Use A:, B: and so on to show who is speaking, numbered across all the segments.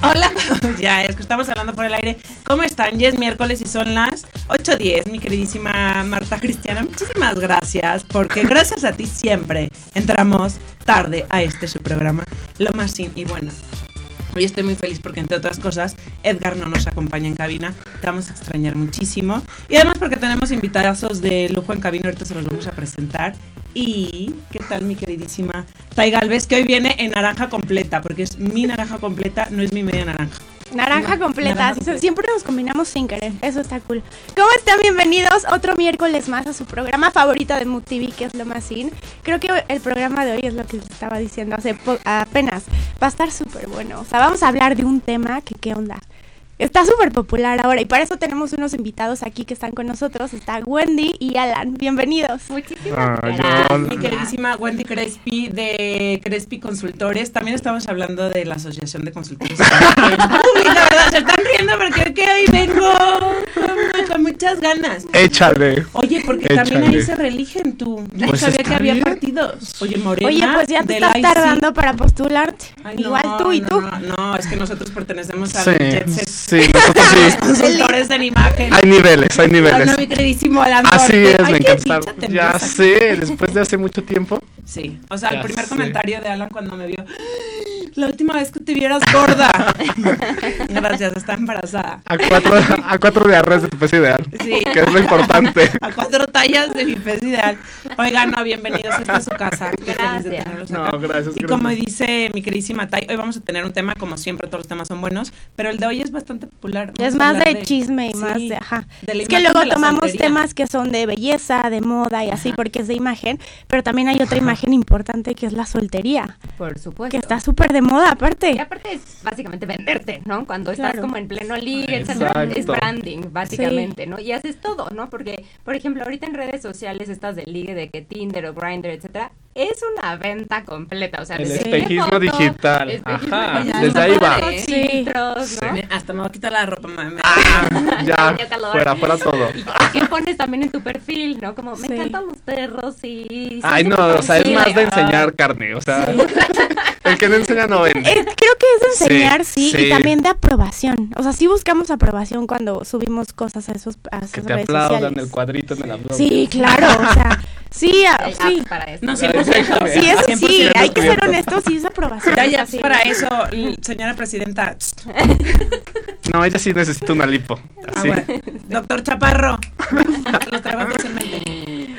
A: Hola, ya es que estamos hablando por el aire. ¿Cómo están? Ya es miércoles y son las 8.10, mi queridísima Marta Cristiana. Muchísimas gracias, porque gracias a ti siempre entramos tarde a este su programa, Lo más sin y bueno. Hoy estoy muy feliz porque, entre otras cosas, Edgar no nos acompaña en cabina. Te vamos a extrañar muchísimo. Y además porque tenemos invitados de lujo en cabina, ahorita se los vamos a presentar. Y, ¿qué tal mi queridísima Tai Galvez? Que hoy viene en naranja completa, porque es mi naranja completa, no es mi media naranja.
B: Naranja
A: No,
B: completa,
A: naranja
B: así son.
A: completa.
B: siempre nos combinamos sin querer, eso está cool. ¿Cómo están? Bienvenidos otro miércoles más a su programa favorito de Mood TV, que es lo más in. Creo que el programa de hoy es lo que les estaba diciendo hace po- apenas. Va a estar súper bueno, o sea, vamos a hablar de un tema que qué onda. Está súper popular ahora y para eso tenemos unos invitados aquí que están con nosotros. Está Wendy y Alan, bienvenidos.
C: Ah,
A: Mi queridísima Wendy Crespi de Crespi Consultores. También estamos hablando de la Asociación de Consultores. Pública, ¿verdad? Se están riendo porque que hoy vengo con- con muchas ganas.
C: Échale.
A: Oye, porque también
C: Échale.
A: ahí se religen tú. Yo no
C: Pues
A: sabía que
C: está
A: había
C: bien.
A: partidos. Oye, Morena.
B: Oye, pues ya te
A: del
B: estás
A: IC.
B: tardando para postularte.
A: Ay, no,
B: Igual tú y
A: no,
B: tú.
A: No, no, es que nosotros pertenecemos al
C: Sí,
A: Jet Set.
C: sí, nosotros sí.
A: Consultores de imagen.
C: Hay niveles, hay
A: Ah,
C: niveles.
A: no, mi queridísimo Alan
C: Así
A: Duarte.
C: es,
A: Ay,
C: me
A: qué
C: encanta.
A: dicha tener
C: Ya
A: aquí.
C: sé, después de hace mucho tiempo.
A: Sí, o sea, el
C: Ya
A: primer
C: sé.
A: comentario de Alan cuando me vio, la última vez que te vieras gorda. Gracias, está embarazada.
C: A cuatro, a cuatro de arroz de tu peso ideal.
A: Sí.
C: Que es lo importante.
A: A cuatro tallas de mi pez ideal. Oigan, no, bienvenidos, esta es su casa. Qué feliz de
D: Gracias.
A: tenerlos
C: No,
A: acá.
C: gracias,
A: Y
C: gracias.
A: como dice mi queridísima Tai, hoy vamos a tener un tema, como siempre, todos los temas son buenos, pero el de hoy es bastante popular. Vamos
B: Es
A: a
B: más
A: hablar
B: de, chisme y más
A: sí,
B: de, ajá.
A: de la
B: es que
A: imagen
B: luego
A: de la
B: tomamos
A: soltería.
B: temas que son de belleza, de moda y así,
A: Ajá.
B: porque es de imagen, pero también hay otra imagen importante que es la soltería,
D: Por supuesto.
B: que está súper de moda
D: y
B: aparte.
D: aparte es básicamente venderte, ¿no? Cuando
B: Claro.
D: estás como en pleno ligue, etcétera, es
C: Exacto.
D: branding, básicamente, ¿no? Y haces todo, ¿no? Porque, por ejemplo, ahorita en redes sociales estás de ligue de que Tinder o Grindr, etcétera, es una venta completa, o sea,
C: El
D: desde qué
C: espejismo digital,
D: espejismo
C: ajá,
D: digital,
C: desde ahí va.
D: fotos,
B: Sí.
D: filtros, ¿no?
A: Me- Hasta me voy a quitar la ropa, mami.
C: Ah, Ya,
D: Ya calor.
C: fuera, fuera todo.
D: Y qué pones también en tu perfil, ¿no? Como, me
B: Sí.
D: encantan los perros y...
C: Ay, no, o sea, es más de enseñar carne. O sea, el que no enseña no
B: Eh,
C: vende.
B: creo que es de
C: Sí,
B: enseñar, sí, y
C: sí.
B: también de aprobación. O sea, sí buscamos aprobación cuando subimos cosas a, esos, a sus
C: Que te
B: redes
C: aplaudan
B: sociales.
C: el cuadrito en el abdomen.
B: Sí, claro, o sea, sí, a- sí.
D: Para eso.
A: No, 100%.
C: Ay,
B: Sí, eso sí,
A: 100%
B: hay que ser
C: cierto.
B: honestos, sí es aprobación.
A: Ya, ya,
B: o sea, sí.
A: para eso, l- señora presidenta. tss,
C: No, ella sí necesita una lipo. Así.
A: ahora, Doctor Chaparro, los trabajos en mente.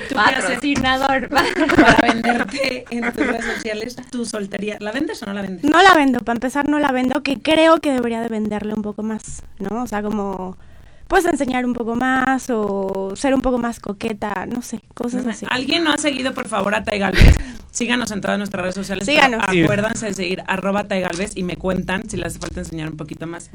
A: ¿Tú qué haces
D: Patrocinador.
A: para venderte en tus redes sociales tu soltería? ¿La vendes o no la vendes?
B: No la vendo, para empezar no la vendo, que creo que debería de venderle un poco más, ¿no? O sea, como pues enseñar un poco más o ser un poco más coqueta, no sé, cosas así.
A: ¿Alguien no ha seguido, por favor, a Tai Galvez? Síganos en todas nuestras redes sociales. pero
B: Síganos.
A: Acuérdense de seguir arroba Tai Galvez y me cuentan si les hace falta enseñar un poquito más.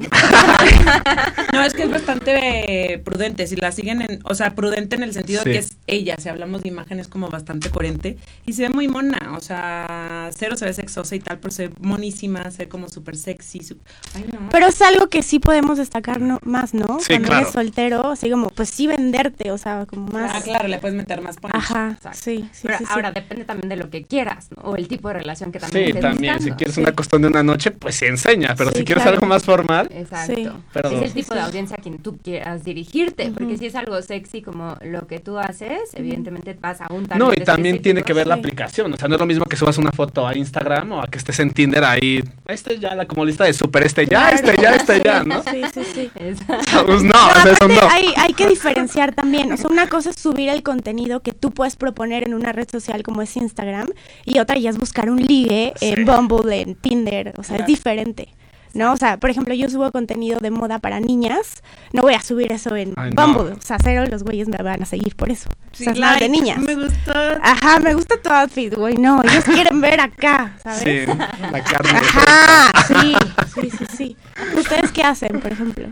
A: no, es que es bastante eh, prudente. Si la siguen en, o sea, prudente en el sentido
C: Sí.
A: de que es ella. Si hablamos de imágenes como bastante coherente y se ve muy mona. O sea, cero se ve sexosa y tal, pero se ve monísima, se ve como súper sexy. su- Ay, no.
B: Pero es algo que sí podemos destacar no- más, ¿no?
C: Sí,
B: Cuando
C: claro.
B: eres soltero, así como pues sí venderte, o sea, como
A: Ah,
B: más
A: claro, le puedes meter más punch.
B: Ajá,
D: Exacto.
B: sí, sí,
D: Pero
B: sí, sí.
D: ahora depende también de lo que quieras, ¿no? O el tipo de relación que también
C: Sí,
D: estés
C: también. Si
D: buscando.
C: quieres una costón de una noche, pues sí enseña. Pero
B: Sí,
C: si quieres
B: claro.
C: algo más formal,
D: Exacto.
B: Sí.
C: Pero-
D: Es el tipo de audiencia a quien tú quieras dirigirte, porque si es algo sexy como lo que tú haces, evidentemente vas a un
C: No,
D: target
C: y también tiene que
D: específico.
C: ver la
B: sí.
C: aplicación. O sea, no es lo mismo que subas una foto a Instagram o a que estés en Tinder ahí. Este ya, la como lista de super, este ya,
B: Claro.
C: este ya, este ya, ¿no?
B: Sí, sí, sí.
D: Exacto.
C: O sea, Pues no,
B: No,
C: o sea, eso
B: aparte
C: no.
B: Hay, hay que diferenciar también. O sea, una cosa es subir el contenido que tú puedes proponer en una red social como es Instagram y otra ya es buscar un ligue en
C: Sí.
B: Bumble, en Tinder. O sea,
A: Claro.
B: es diferente. ¿No? O sea, por ejemplo, yo subo contenido de moda para niñas. No voy a subir eso en
C: Ay, no.
B: Bumble. O sea, cero los güeyes me van a seguir por eso. o sea, es nada de
A: like,
B: niñas.
A: Me gustó.
B: Ajá, me gusta tu outfit, güey. No, ellos quieren ver acá, ¿sabes?
C: Sí, la carne.
B: Ajá, sí, sí, sí, sí. ¿Ustedes qué hacen, por ejemplo?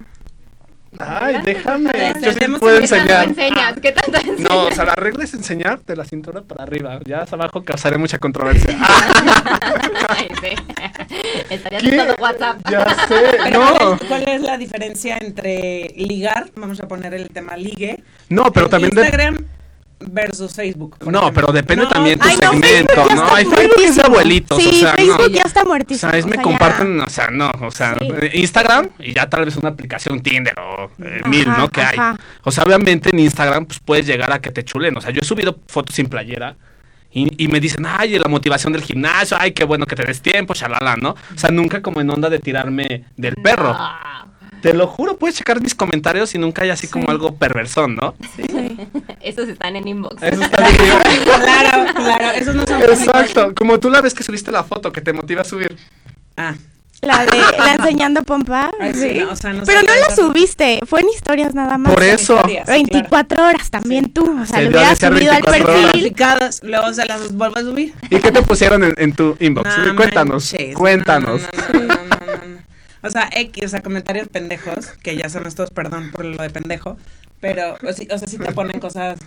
C: Ay, déjame. Yo sí
A: Tenemos
C: puedo
A: que dejar
C: enseñar.
D: enseñas? ¿Qué tanto enseñas?
C: No, o sea, la regla es enseñar de la cintura para arriba. Ya hasta abajo causaré mucha controversia. Ah,
D: Ay, sí. Estaría
C: ¿Qué?
D: todo WhatsApp.
C: ya sé,
A: Pero ¿cuál,
C: no.
A: es, cuál es la diferencia entre ligar? Vamos a poner el tema ligue.
C: No, pero
A: en
C: también de-
A: Instagram versus Facebook. por
C: No,
A: ejemplo.
C: pero depende
A: No,
C: también tu
B: ay, no,
C: segmento,
B: Facebook ya
C: ¿no?
B: está
C: Hay Facebook es de
B: muertísimo.
C: abuelitos,
B: Sí,
C: o sea,
B: Facebook
C: no.
B: ya está
C: O
B: muertísimo.
C: sea, es me
B: o sea, ya-
C: comparten, o sea, no, o sea,
B: Sí.
C: eh, Instagram y ya tal vez una aplicación Tinder o eh, mil,
B: Ajá,
C: ¿no? Que hay.
B: ajá.
C: O sea, obviamente en Instagram pues puedes llegar a que te chulen. O sea, yo he subido fotos sin playera y, y me dicen, ay, la motivación del gimnasio, ay, qué bueno que tenés tiempo, shalala, ¿no? O sea, nunca como en onda de tirarme del perro.
D: No,
C: Te lo juro, puedes checar mis comentarios y nunca hay así como algo perversón, ¿no?
D: Esos están en inbox.
C: Eso está bien.
A: Claro, claro, esos no son
C: Exacto, como tú la vez que subiste la foto que te motiva a subir.
A: Ah,
B: La de la enseñando pompa.
A: Ay, sí,
B: sí.
A: no, o sea, no
B: Pero
A: sé,
B: no
A: no,
B: la
A: no.
B: subiste, fue en historias nada más.
C: Por eso.
A: historias, sí,
B: 24 horas también tú, o sea,
C: Se
B: lo
C: dio a
B: hubieras
C: desear
B: subido al
C: 24 horas.
B: perfil.
A: Publicadas, luego se las vuelvo a subir.
C: ¿Y qué te pusieron en, en tu inbox?
A: No
C: cuéntanos,
A: manches, no,
C: cuéntanos.
A: no, no, no, no, no, no. O sea, X, o sea, comentarios pendejos, que ya son estos, perdón por lo de pendejo, pero, o sí- o sea, si te ponen cosas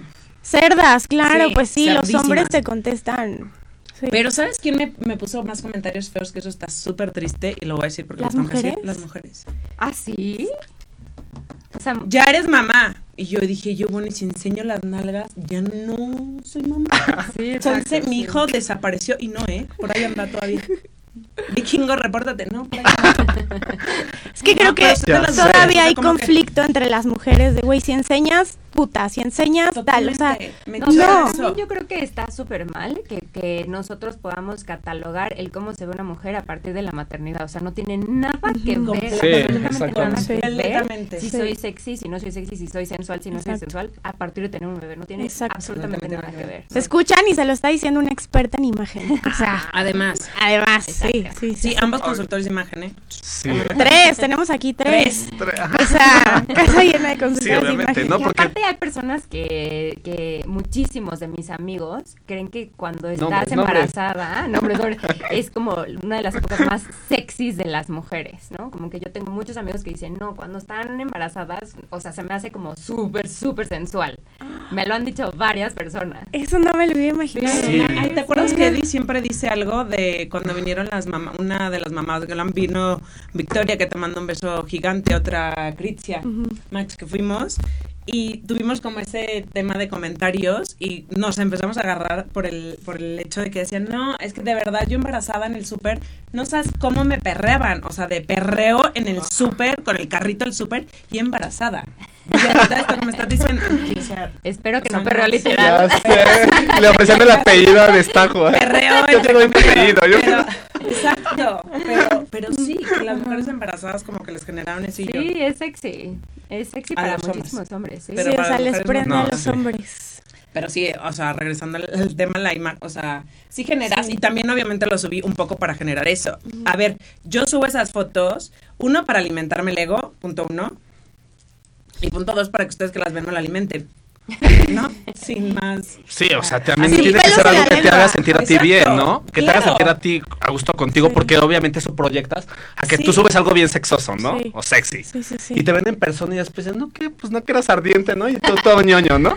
B: Cerdas, claro,
A: Sí,
B: pues sí, los
A: cerdísimas.
B: hombres te contestan. Sí.
A: Pero ¿sabes quién me, me puso más comentarios feos? Que eso está súper triste y lo voy a decir porque
B: ¿Las
A: lo tengo que decir.
B: mujeres?
A: Las mujeres.
D: ¿Ah, sí? O sea,
A: Ya eres mamá. Y yo dije, yo, bueno, y si enseño las nalgas, ya no soy mamá.
D: sí,
A: Chance,
D: exacto,
A: mi
D: sí.
A: hijo desapareció y no, ¿eh? Por ahí anda todavía. Vikingo, repórtate. No, por ahí
D: Ah,
A: anda.
B: es que creo
A: No,
B: que
A: pero se te
C: las-
B: todavía hay
A: como que-
B: conflicto entre las mujeres de, güey, si enseñas, puta, si enseñas, tal, o sea,
A: Totalmente. Me
D: No,
A: choca
B: No.
D: no.
A: eso.
D: yo creo que está súper mal que, que nosotros podamos catalogar el cómo se ve una mujer a partir de la maternidad. O sea, no tiene nada que
A: Ujú.
D: ver,
A: Sí,
D: absolutamente nada
C: exactamente.
D: que ver
A: Completamente.
D: Si
B: Sí.
D: soy sexy, si no soy sexy, si soy sensual, si no soy
B: Exacto.
D: sensual, a partir de tener un bebé. No tiene
B: Exacto.
D: absolutamente nada que ver.
B: se escuchan y se lo está diciendo una experta en imagen. O sea,
A: Además.
B: además, sí,
D: Exacto.
B: sí, sí.
A: Sí, ambos consultores de imagen, ¿eh?
C: Sí.
B: Tres, tenemos aquí tres.
A: Tres.
B: O sea, casa llena de consultas
C: Sí, obviamente, ¿no?
D: Y
C: Porque-
D: aparte hay personas que, que muchísimos de mis amigos creen que cuando estás
C: Nombres, nombres.
D: embarazada, nombres, nombres, es como una de las épocas más sexys de las mujeres, ¿no? Como que yo tengo muchos amigos que dicen, no, cuando están embarazadas, o sea, se me hace como súper, súper sensual. Me lo han dicho varias personas.
B: Eso no me lo hubiera imaginado.
C: Sí.
A: Ay, ¿Te acuerdas que Eddie siempre dice algo de cuando vinieron las mamás, una de las mamás de Glam vino Victoria, que te mandó un beso gigante, otra Critia,
B: Ujú.
A: Max, que fuimos, y tuvimos como ese tema de comentarios y nos empezamos a agarrar por el, por el hecho de que decían, no, es que de verdad yo embarazada en el súper, no sabes cómo me perreaban, o sea, de perreo en el súper, con el carrito del súper y embarazada. Y ahorita esto que me estás diciendo, o sea,
D: Espero que
A: O sea,
D: no perreo
A: no, sí,
D: literal.
C: sé. Le ofrecían el apellido de Estajo. ¿eh?
A: perreo.
C: Yo tengo un
A: entre comillas,
C: apellido, yo-
A: pero- exacto. Pero, pero sí, que las mujeres embarazadas como que les generaron ese
D: Sí,
A: yo.
D: es sexy. Es
A: A
D: sexy para
A: los hombres.
D: muchísimos hombres, sí.
A: Pero
B: sí, o
A: para
B: sea,
A: las
B: les
A: mujeres no.
B: prende a
C: No,
B: los
C: sí.
B: hombres.
A: Pero sí, o sea, regresando al, al tema, la imagen, o sea, sí generas, y también obviamente lo subí un poco para generar eso. A ver, yo subo esas fotos, uno para alimentarme el ego, punto uno, y punto dos para que ustedes que las ven no la alimenten. ¿No? Sin más.
C: Sí, o sea, también
B: Así,
C: tiene que
B: pelos
C: ser
B: en
C: algo
B: la
C: que te
B: lengua.
C: haga sentir a ti
A: Exacto,
C: bien, ¿no? Que te haga
A: claro.
C: sentir a ti a gusto contigo,
B: Sí.
C: porque obviamente eso proyectas a que
A: Sí.
C: tú subes algo bien sexoso, ¿no?
B: Sí.
C: O sexy.
B: Sí, sí, sí.
C: Y te ven en persona y después dicen, no, que pues no que eras ardiente, ¿no? Y tú todo ñoño, ¿no?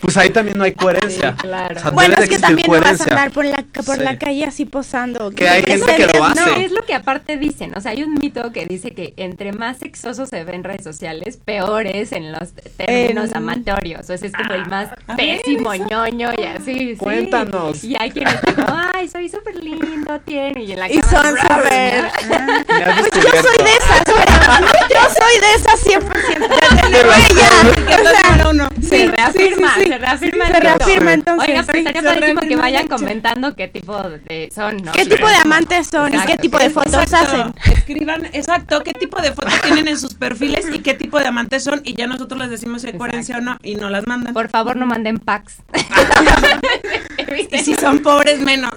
C: Pues ahí también no hay coherencia.
D: Sí, claro.
C: O sea,
B: Bueno,
C: debe de
B: es que
C: existir
B: también no vas a
C: coherencia.
B: andar por la, por
C: Sí.
B: la calle así posando.
C: Que hay
B: te
C: gente que lo
B: pretendes,
C: hace.
B: ¿no?
D: No, es lo que aparte dicen. O sea, hay un mito que dice que entre más sexoso se ve en redes sociales, peor es en los términos
B: En-
D: amatorios. O sea, es como el más
A: a ver,
D: pésimo
A: eso.
D: ñoño y así. sí.
C: Cuéntanos.
D: Y hay quienes dicen, ay, soy súper lindo, tiene. Y en la
B: Y
D: cama,
B: son
D: rar,
B: súper.
D: ¿no?
C: Me has
B: Pues yo
C: descubierto.
B: soy de esas, pero yo soy de esas 100%. Desde luego
A: Que
B: ella. O
A: no es
B: sea,
A: número uno.
B: sí,
D: Se reafirma,
B: sí, sí,
D: se reafirma.
B: se
D: el mito.
B: reafirma entonces.
D: Oiga, pero
B: sí.
D: estaría
A: se
D: padrísimo que
A: reafirma
D: vayan
A: mucho.
D: comentando qué tipo de son, ¿no?
B: ¿Qué tipo de amantes son y qué
D: Exacto.
B: tipo de fotos hacen?
A: Exacto. Escriban, exacto, qué tipo de fotos tienen en sus perfiles y qué tipo de amantes son. Y ya nosotros les decimos si hay coherencia o no y no las mandan.
D: Por favor, no manden packs.
A: Y si son pobres, menos.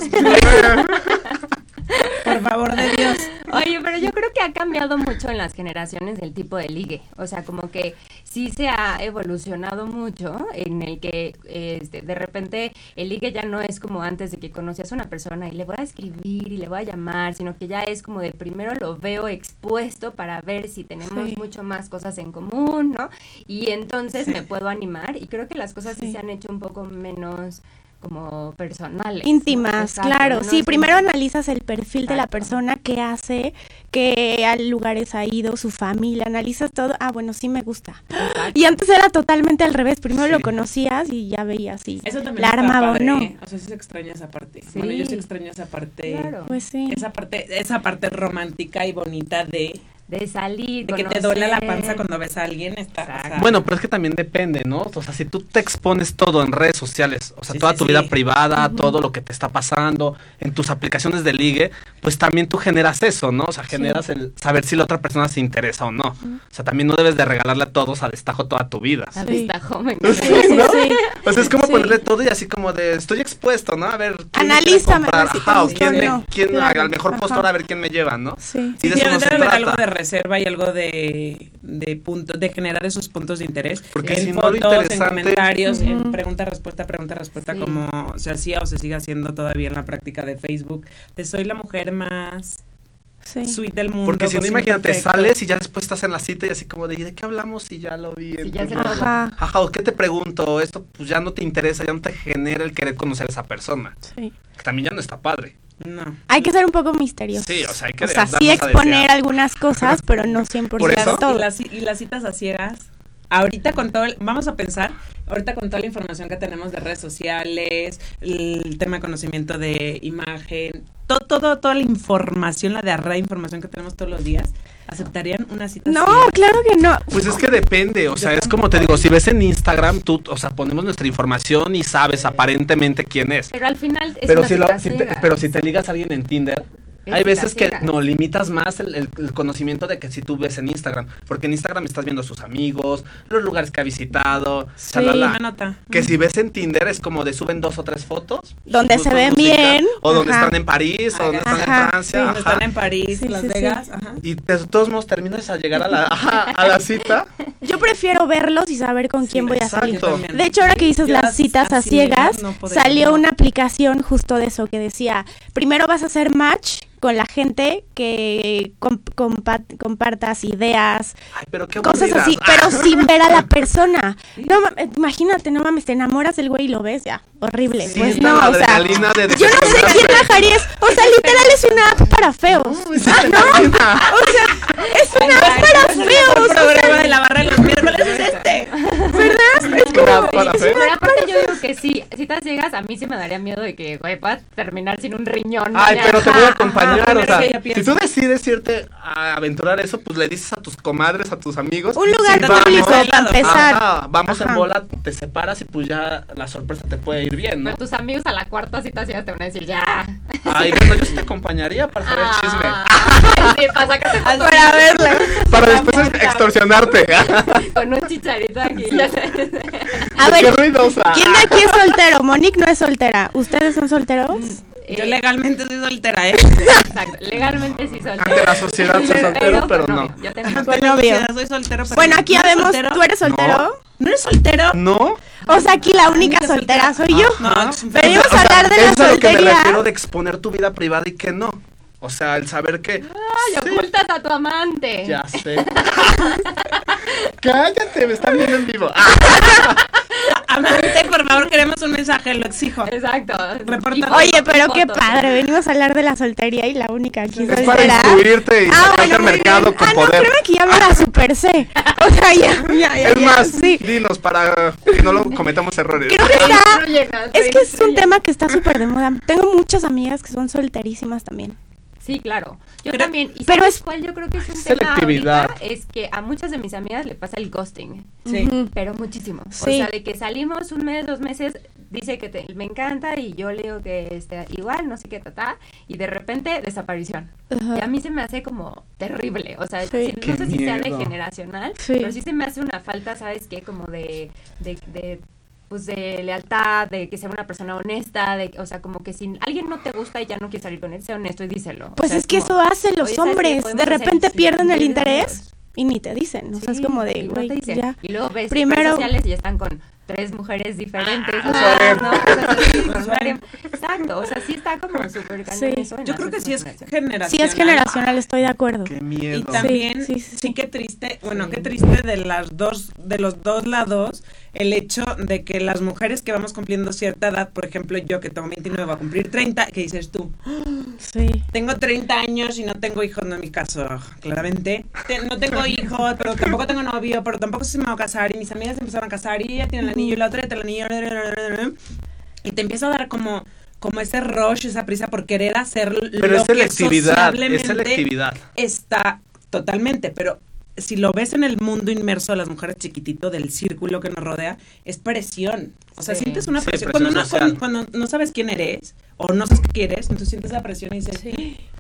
A: Por favor de Dios.
D: Oye, pero yo creo que ha cambiado mucho en las generaciones el tipo de ligue. O sea, como que sí se ha evolucionado mucho en el que este, de repente el ligue ya no es como antes de que conocías a una persona y le voy a escribir y le voy a llamar, sino que ya es como de primero lo veo expuesto para ver si tenemos
B: Sí.
D: mucho más cosas en común, ¿no? Y entonces me puedo animar y creo que las cosas sí,
B: Sí.
D: se han hecho un poco menos como personales.
B: Íntimas,
D: Exacto,
B: claro.
D: no
B: sí,
D: es
B: primero
D: como-
B: analizas el perfil de la
D: Exacto.
B: persona, qué hace, qué a lugares ha ido, su familia, analizas todo. Ah, bueno, sí me gusta.
D: Exacto.
B: Y antes era totalmente al revés. Primero lo
C: Sí.
B: conocías y ya veías si
A: Eso también
B: la
A: está
B: armaba o
A: padre,
B: no.
A: ¿eh? O sea, sí se extraña esa parte.
D: Sí.
A: Bueno, yo sí extraño esa parte.
D: Claro.
B: Pues sí.
A: Esa parte, esa parte romántica y bonita de,
D: de salir.
A: de que te duele la panza
D: conocer.
A: cuando ves a alguien. Está, o sea,
D: Exacto.
C: Bueno, pero es que también depende, ¿no? O sea, si tú te expones todo en redes sociales, o sea,
A: Sí,
C: toda
A: sí,
C: tu
A: sí.
C: vida privada, todo lo que te está pasando, en tus aplicaciones de ligue, pues también tú generas eso, ¿no? O sea, generas el saber si la otra persona se interesa o no. O sea, también no debes de regalarle a todos a destajo toda tu vida.
D: La
B: Sí.
D: vista joven.
C: Pues
B: Sí, sí, sí.
C: O sea, es como
B: Sí.
C: ponerle todo y así como de, estoy expuesto, ¿no? A ver, ¿quién me quiere
B: Analízame, a ver
C: comprar?
B: si te
C: Ajá, o
B: gusta
C: quién,
A: o
C: me-
B: no.
C: quién
B: Claro,
C: haga el mejor
B: ajá.
C: postor, a ver quién me lleva, ¿no?
B: Sí.
C: Y
A: Sí,
C: de eso no
A: debe
C: se
A: haber
C: trata.
A: algo de reserva y algo de, de punto, de generar esos puntos de interés.
C: Porque
A: en
C: si no, lo
A: fotos, en
C: interesante-
A: comentarios,
B: Ujú.
A: en pregunta, respuesta, pregunta, respuesta,
D: Sí.
A: como se hacía o se sigue haciendo todavía en la práctica de Facebook. Te soy la mujer más
B: Sí.
A: sweet del mundo.
C: Porque si no,
A: cocino
C: imagínate,
A: perfecto.
C: sales y ya después estás en la cita y así como de, "¿Y ¿de qué hablamos? Y ya lo vi.
D: Sí, ya se
C: entonces,
D: lo-
B: Ajá.
C: Ajá, o qué te pregunto, esto pues ya no te interesa, ya no te genera el querer conocer a esa persona.
B: sí.
C: Que también ya no está padre.
A: No.
B: Hay que ser un poco misterioso.
C: Sí, o sea, hay que
B: O sea,
C: darnos
B: sí
C: a
B: exponer
C: desear.
B: algunas cosas, pero no 100%
C: Por eso-
A: Y
B: todo.
A: las, y las citas a ciegas. Ahorita con todo, el- vamos a pensar, ahorita con toda la información que tenemos de redes sociales, el tema de conocimiento de imagen, todo, todo, toda la información, la de array información que tenemos todos los días, ¿aceptarían una cita
B: No,
A: ciega?
B: claro que no.
C: Pues es que depende, o sea, es como te digo, si ves en Instagram, tú, o sea, ponemos nuestra información y sabes aparentemente quién es.
D: Pero al final es
C: Pero
D: una
C: si, lo-
D: cita
C: si te,
D: ciega.
C: pero si te ligas a alguien en Tinder,
D: Es
C: hay
D: cita
C: veces que
D: ciega.
C: no limitas más el, el- el conocimiento de que si tú ves en Instagram, porque en Instagram estás viendo a sus amigos, los lugares que ha visitado,
A: Sí,
C: chalala.
A: me nota.
C: Que si ves en Tinder es como de suben dos o tres fotos.
B: Donde
C: Sus
B: se
C: fotos
B: ven
C: musical,
B: bien.
C: O donde
B: Ajá.
C: están en París, o donde están
B: Ajá,
C: en Francia.
A: Cuando están
C: ajá.
A: en París,
B: Sí,
A: Las
B: sí, sí.
A: Vegas, ajá.
C: Y de todos modos terminas a llegar a la, ajá, a la cita.
B: Yo prefiero verlos y saber con quién voy a
C: exacto.
B: salir.
A: Yo también.
B: De hecho, ahora que dices
A: Yo
B: las citas a
A: así ciegas
B: ciegas,
A: no podría,
B: salió
A: no.
B: una aplicación justo de eso que decía, primero vas a hacer match con la gente que comp- compa- compartas ideas,
C: Ay, pero qué
B: cosas
C: aburridas.
B: así, pero sin ver a la persona. No, ma- imagínate, no mames, te enamoras del güey y lo ves ya, horrible.
C: Sí,
B: pues
C: está
B: no,
C: la
B: o sea,
C: adrenalina de-
B: yo no sé quién bajaría, es- o sea, literal es una app para feos.
C: es
B: Ah, no,
C: adrenalina.
B: o sea, es una app para
A: Es el mejor
B: feos. o sea,
A: programa de la barra de los miércoles es este.
B: ¿Verdad? Es como-
C: Para- para
B: es
C: ver.
B: una
D: Pero aparte yo digo que sí, si te llegas, a mí sí me daría miedo de que, güey, puedas terminar sin un riñón.
C: Ay,
D: mañana.
C: pero te voy a
B: Ajá,
C: acompañar,
A: ajá,
C: o sea,
A: pero ella piensa.
C: si tú decides irte a aventurar eso, pues le dices a tus comadres, a tus amigos.
B: Un lugar
C: sí,
B: público
C: vamos,
B: para empezar.
C: ajá, vamos
B: Ajá.
C: en bola, te separas y pues ya la sorpresa te puede ir bien, ¿no?
D: Pero tus amigos a la cuarta cita ciegas te van a decir, ya.
C: Ay, bueno, yo sí te acompañaría para saber el chisme.
D: Ah, sí, para sacarte foto
A: Para verla.
C: Para después extorsionarte.
D: con un chicharito aquí, ya sabes.
B: A ver,
C: Qué ruidosa.
B: ¿quién de aquí es soltero? Monique no es soltera. ¿Ustedes son solteros?
A: Yo legalmente soy soltera, ¿eh?
D: Eh, Exacto, legalmente sí soltero.
C: Ante la sociedad soy soltero, pero
D: con
C: no.
D: novio. Yo tengo
B: Con novio.
A: Soy soltero, pero
B: Bueno, aquí
A: ¿No
B: ya
A: eres
B: vemos,
A: soltero?
B: ¿tú eres soltero?
A: ¿No eres soltero? Ah,
C: ¿No?
B: O sea, aquí la única soltera soy yo.
A: No, es un
B: Pero
A: fenómeno.
B: Vamos a hablar de la
C: es a lo que me
B: soltería.
C: refiero de exponer tu vida privada y que no. O sea, el saber que.
D: Ay, ocultas a tu amante.
C: Ya sé. Cállate, me están viendo en vivo. Ah.
A: Amante, por favor, queremos un mensaje, lo exijo.
D: Exacto.
A: Reporta-
D: Y-
B: Oye, pero qué
D: fotos.
B: padre, venimos a hablar de la soltería y la única aquí
C: Es para
B: soltera.
C: incluirte y
B: Ah,
C: sacarte
B: bueno,
C: al
B: muy
C: mercado
B: bien.
C: con
B: ah, no,
C: poder.
B: créeme que ya me la super sé. O sea, ya, ya, ya,
C: es
B: ya,
C: más,
B: sí.
C: dinos para que no lo cometamos errores.
B: Creo que está...
D: Instruyenos,
B: Es que es un
D: instruyenos.
B: tema que está súper de moda. Tengo muchas amigas que son solterísimas también.
D: Sí, claro. Yo
A: Pero-
D: también. ¿Y
B: pero
D: pero
B: es-
D: es cuál yo creo que es un tema
C: selectividad.
D: ahorita es que a muchas de mis amigas le pasa el ghosting,
A: Sí.
B: Ujú.
D: pero muchísimo. O
B: Sí.
D: sea, de que salimos un mes, dos meses, dice que te- me encanta y yo le digo que este, igual, no sé qué tata, y de repente desaparición.
B: Ajá.
D: Y a mí se me hace como terrible, o sea,
B: Sí.
D: si-
C: Qué
D: no sé si sea de
C: miedo.
D: generacional,
B: Sí.
D: pero sí se me hace una falta, ¿sabes qué? Como de, de, de pues de lealtad, de que sea una persona honesta, de, o sea, como que si alguien no te gusta y ya no quieres salir con él, sea honesto y díselo. O
B: Pues
D: sea,
B: es que
D: como-
B: eso hacen los
D: "Oye, ¿sabes qué?
B: hombres.
D: Podemos
B: De
D: hacer
B: repente
D: esto".
B: pierden el
D: Sí,
B: interés y ni te dicen. O sea, es
D: sí,
B: como
D: y
B: de,
D: no
B: güey,
D: te dicen.
B: ya.
D: Y luego ves
B: Primero-
D: redes sociales y ya están con tres mujeres diferentes.
C: Ah, a ver.
D: ¿no? O sea, sí, pues, varias- Exacto, o sea, sí está como súper cañón
B: Sí.
D: eso en
A: Yo
D: las
A: creo que sí es
D: generaciones.
A: generacional.
B: Sí, es generacional, estoy de acuerdo.
C: Qué
A: Y
C: Ah, miedo.
A: también,
B: Sí,
A: sí,
B: sí, sí.
A: que triste, bueno, qué triste de las dos, de los dos lados, el hecho de que las mujeres que vamos cumpliendo cierta edad, por ejemplo, yo que tengo 29, va a cumplir 30, que dices tú,
B: Sí.
A: tengo 30 años y no tengo hijos, no en mi caso, claramente. Te- no tengo hijos, pero tampoco tengo novio, pero tampoco se me va a casar. Y mis amigas se empezaron a casar y ella tiene el anillo y la otra tiene el anillo. bla, bla, bla, bla, bla. Y te empieza a dar como, como ese rush, esa prisa por querer hacer
C: Pero
A: lo
C: es selectividad,
A: que
C: es
A: sociablemente
C: selectividad.
A: está totalmente, pero si lo ves en el mundo inmerso de las mujeres chiquitito del círculo que nos rodea, es presión. O sea,
D: Sí.
A: sientes una
C: Sí,
A: presión.
C: presión
A: cuando, no,
C: social.
A: cuando- cuando no sabes quién eres o no sabes qué quieres, entonces sientes la presión y dices,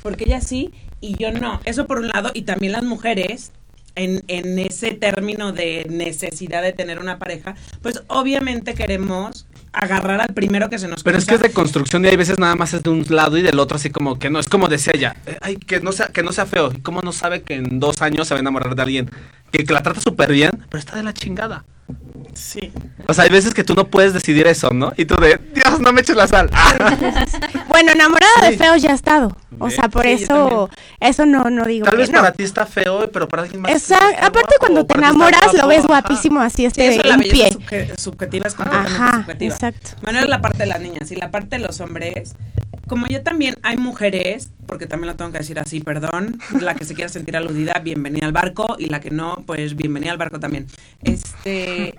A: porque ella sí y yo no. Eso por un lado, y también las mujeres. En, en ese término de necesidad de tener una pareja, pues obviamente queremos agarrar al primero que se nos
C: Pero es que
A: cruza.
C: es de construcción y hay veces nada más es de un lado y del otro así como que no, es como decía ella, eh, ay, que no sea, que no sea feo. ¿Y cómo no sabe que en dos años se va a enamorar de alguien? Que, que la trata súper bien, pero está de la chingada.
A: Sí.
C: O sea, hay veces que tú no puedes decidir eso, ¿no? Y tú de, Dios, no me eches la sal.
B: Bueno, enamorada
C: Sí.
B: de feo ya ha estado. O sea, por
A: Sí, yo
B: eso, eso no, no digo.
C: Tal
B: que
C: vez
B: no.
C: para ti está feo, pero para alguien más.
B: Esa-
C: está
B: aparte
C: guapo,
B: cuando te
C: para ti está
B: enamoras lo
C: guapo,
B: ves
C: ajá.
B: guapísimo así
A: Sí,
B: este
A: eso la
B: en
A: belleza
B: pie.
A: subje- subjetiva es completamente
B: Ajá,
A: subjetiva.
B: exacto.
A: Bueno, es la parte de las niñas y la parte de los hombres. Como yo también hay mujeres, porque también lo tengo que decir así, perdón, la que se quiera sentir aludida, bienvenida al barco, y la que no, pues bienvenida al barco también. Este,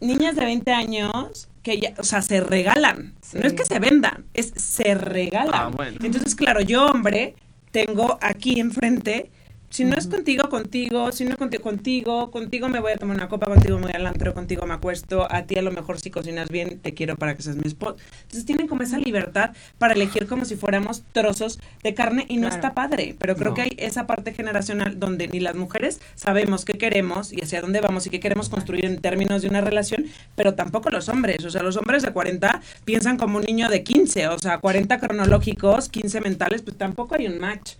A: niñas de 20 años que ya, o sea, se regalan. No es que se vendan, es se regalan.
C: Ah, bueno.
A: Entonces, claro, yo hombre tengo aquí enfrente si no es contigo, contigo, si no es contigo, contigo, contigo me voy a tomar una copa, contigo me voy al antro, contigo me acuesto, a ti a lo mejor si cocinas bien, te quiero para que seas mi esposo. Entonces tienen como esa libertad para elegir como si fuéramos trozos de carne y no
D: Claro.
A: está padre, pero creo
C: No.
A: que hay esa parte generacional donde ni las mujeres sabemos qué queremos y hacia dónde vamos y qué queremos construir en términos de una relación, pero tampoco los hombres, o sea, los hombres de 40 piensan como un niño de 15, o sea, 40 cronológicos, 15 mentales, pues tampoco hay un match.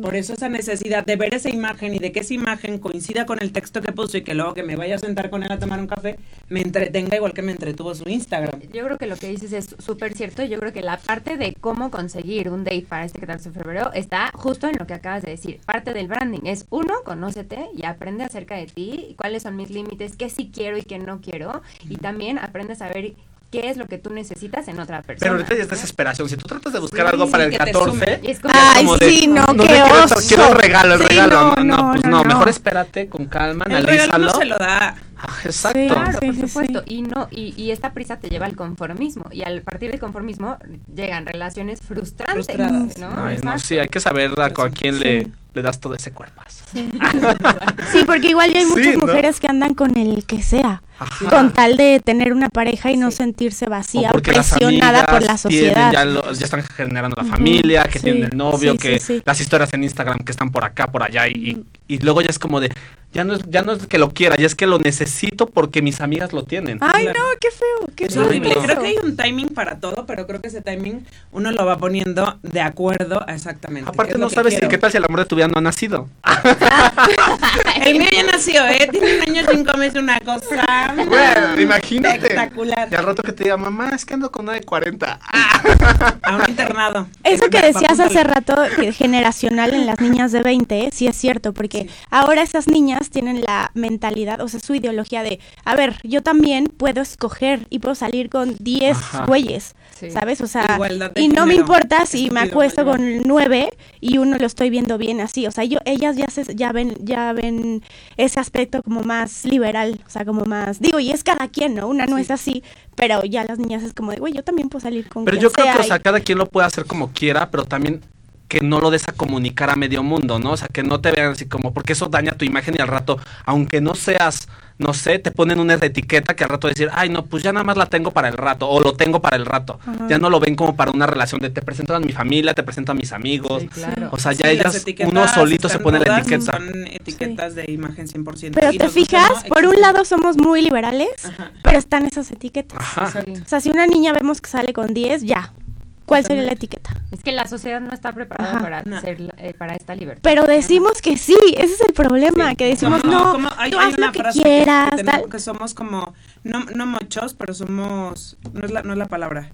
A: Por eso esa necesidad de ver esa imagen y de que esa imagen coincida con el texto que puso y que luego que me vaya a sentar con él a tomar un café, me entretenga igual que me entretuvo su Instagram.
D: Yo creo que lo que dices es súper cierto. Yo creo que la parte de cómo conseguir un date para este 14 de febrero está justo en lo que acabas de decir. Parte del branding es uno, conócete y aprende acerca de ti, cuáles son mis límites, qué sí quiero y qué no quiero. Y también aprende a saber qué es lo que tú necesitas en otra persona.
C: Pero ahorita ya es
D: ¿no?
C: desesperación. Si tú tratas de buscar
A: Sí,
C: algo para el
A: que te
C: 14.
A: sume.
D: Y es como-
B: Ay,
C: como de,
B: sí, no,
C: no
B: qué
C: te quiero esto,
B: oso.
C: quiero el regalo, el
B: Sí,
C: regalo. No, no, pues no,
B: no.
C: mejor espérate con calma,
A: El regalo
C: analízalo.
A: no se lo da.
C: Ah, exacto.
B: Sí,
D: Claro, por
B: sí, sí.
D: supuesto. Y no, y, y esta prisa te lleva al conformismo. Y al partir del conformismo llegan relaciones frustrantes,
A: Frustradas.
D: ¿no?
C: Ay, no,
D: Exacto.
C: sí, hay que saber a, con quién le, le das todo ese cuerpazo.
B: Sí, porque igual ya hay
C: Sí,
B: muchas
C: ¿no?
B: mujeres que andan con el que sea,
C: Ajá.
B: con tal de tener una pareja y no sentirse
C: O
B: vacía o,
C: porque las
B: presionada por
C: amigas
B: la
C: tienen
B: sociedad.
C: Ya, lo- ya están generando la
B: Ujú,
C: familia, que
B: sí,
C: tienen el novio,
B: sí,
C: que
B: sí, sí.
C: las historias en Instagram que están por acá, por allá. Y, y, y luego ya es como de, ya no, es- ya no es que lo quiera, ya es que lo necesito porque mis amigas lo tienen.
B: Ay,
A: Claro.
B: no, qué feo, qué
A: Es
B: feo.
C: Ay,
A: horrible.
C: no.
A: Creo que hay un timing para todo, pero creo que ese timing uno lo va poniendo de acuerdo a exactamente. qué
C: Aparte
A: es
C: no
A: lo que
C: sabes si
A: quiero.
C: qué tal si el amor de tu vida no ha nacido.
B: Ah,
A: El mío ya nació, ¿eh? Tiene un año y cinco meses, una cosa.
C: Bueno, imagínate.
A: Espectacular.
C: Y al rato que te diga, mamá, es que ando con una de 40.
A: A un internado.
B: Eso que
A: Va- va-
B: decías
A: apúntalo.
B: hace rato, que generacional en las niñas de 20, sí es cierto, porque ahora esas niñas tienen la mentalidad, o sea, su ideología de, a ver, yo también puedo escoger y puedo salir con 10
C: Ajá.
B: güeyes,
D: Sí.
B: ¿sabes? O sea,
A: Igualdad de
B: y no me
A: género.
B: importa si
A: Estúpido,
B: me acuesto
A: mayor.
B: con 9 y uno lo estoy viendo bien así, o sea, yo ellas ya se, ya ven ya ven ese aspecto como más liberal, o sea, como más, digo, y es cada quien, ¿no? Una no es así, pero ya las niñas es como de, güey, yo también puedo salir con
C: Pero
B: quien
C: yo creo
B: sea
C: que, o
B: y-
C: sea, cada quien lo puede hacer como quiera, pero también que no lo des a comunicar a medio mundo, ¿no? O sea, que no te vean así como, porque eso daña tu imagen y al rato, aunque no seas, no sé, te ponen una etiqueta que al rato decir, ay, no, pues ya nada más la tengo para el rato, o lo tengo para el rato.
B: Ajá.
C: Ya no lo ven como para una relación de te presento a mi familia, te presento a mis amigos.
D: Sí, claro.
C: O sea, ya
A: Sí, las
C: ellas,
A: etiquetas
C: uno solito se
A: están
C: pone la
A: todas,
C: etiqueta.
A: Son etiquetas de imagen 100%.
B: Pero
A: Y
B: te
A: nos gusta,
B: fijas,
A: ¿no?
B: por un lado somos muy liberales,
A: Ajá.
B: pero están esas etiquetas.
C: Ajá.
D: Sí.
B: O sea, si una niña vemos que sale con 10, ya. ¿Cuál sería la etiqueta?
D: Es que la sociedad no está preparada
B: Ajá.
D: para
A: No.
D: ser la- eh, para esta libertad.
B: Pero decimos que sí, ese es el problema, que decimos
A: Como-
B: no,
A: como- hay-
B: tú
A: hay
B: haz lo
A: una
B: que
A: frase
B: quieras,
A: que, tenemos
B: tal.
A: que somos como, no, no mochos, pero somos, no es la, no es la palabra,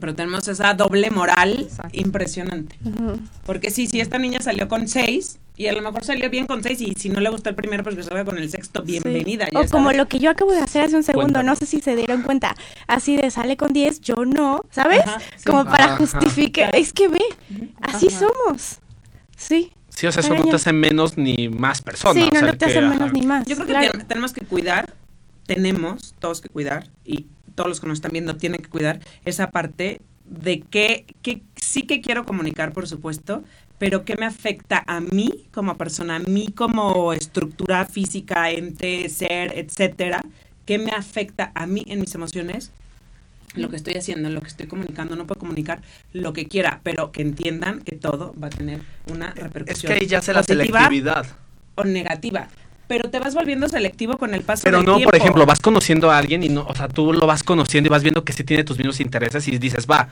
A: pero tenemos esa doble moral
D: Exacto.
A: impresionante.
B: Ujú.
A: Porque sí, si esta niña salió con seis Y a lo mejor salió bien con seis y si no le gustó el primero, pues que salga con el sexto, bienvenida.
B: Sí.
A: ya
B: O
A: sabes.
B: como lo que yo acabo de hacer hace un segundo,
C: Cuéntame.
B: no sé si se dieron cuenta. Así de sale con 10, yo no, ¿sabes?
A: Ajá, sí.
B: Como para
C: Ajá.
B: justificar. Es que ve, así
A: Ajá.
B: somos. Sí.
C: Sí, o sea, eso no te hace menos ni más personas.
B: sí,
C: o
B: no,
C: sea,
B: no te
C: que,
B: hacen
C: ajá.
B: menos ni más.
A: Yo creo que
B: claro.
A: ten- tenemos que cuidar, tenemos todos que cuidar, y todos los que nos están viendo tienen que cuidar esa parte de que, que sí que quiero comunicar, por supuesto, pero que me afecta a mí como persona, a mí como estructura física, ente, ser, etcétera, que me afecta a mí en mis emociones, lo que estoy haciendo, lo que estoy comunicando, no puedo comunicar lo que quiera, pero que entiendan que todo va a tener una
E: Es
A: repercusión.
E: que ahí ya hace la
A: positiva
E: selectividad.
A: o negativa. Pero te vas volviendo selectivo con el paso
C: Pero
A: del
C: no,
A: tiempo.
C: por ejemplo, vas conociendo a alguien y no, o sea, tú lo vas conociendo y vas viendo que sí tiene tus mismos intereses y dices, va,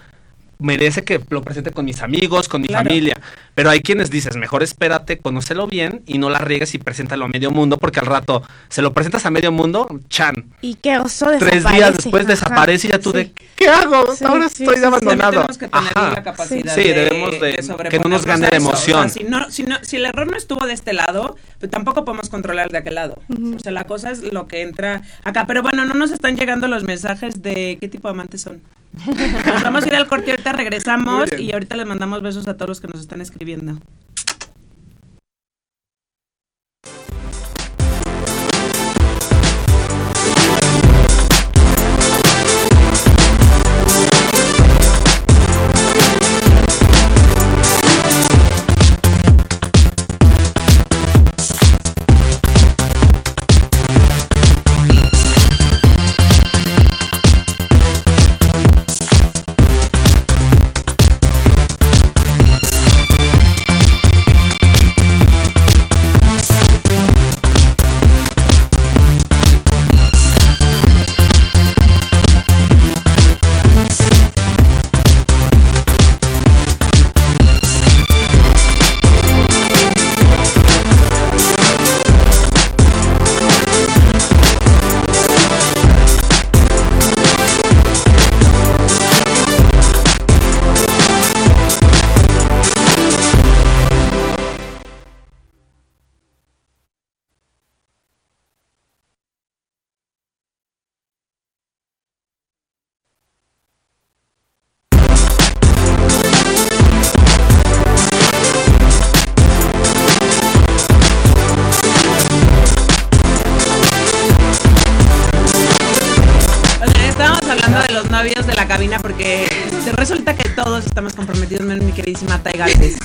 C: merece que lo presente con mis amigos, con mi
A: Claro.
C: familia. Pero hay quienes dices, mejor espérate, conócelo bien y no la riegues y preséntalo a medio mundo, porque al rato se lo presentas a medio mundo, chan.
B: Y qué oso desaparece.
C: Tres días después
B: Ajá.
C: desaparece y ya tú
B: Sí.
C: de, ¿qué hago?
B: Sí,
C: Ahora
B: sí,
C: estoy
A: También
B: sí, sí.
C: abandonado.
A: tenemos que tener
C: Ajá.
A: la capacidad
C: Sí,
A: de-
C: debemos de- que no
A: sobreponernos
C: nos gane
A: a
C: la
A: eso.
C: emoción.
A: O sea, si, no, si, no- si el error no estuvo de este lado, pues tampoco podemos controlar de aquel lado. O sea, la cosa es lo que entra acá. Pero bueno, no nos están llegando los mensajes de qué tipo de amantes son. Nos vamos a ir al corte, ahorita regresamos y ahorita les mandamos besos a todos los que nos están escribiendo. Oigan, estábamos hablando de los novios de la cabina porque este, resulta que todos estamos comprometidos menos mi queridísima Tay Galvez.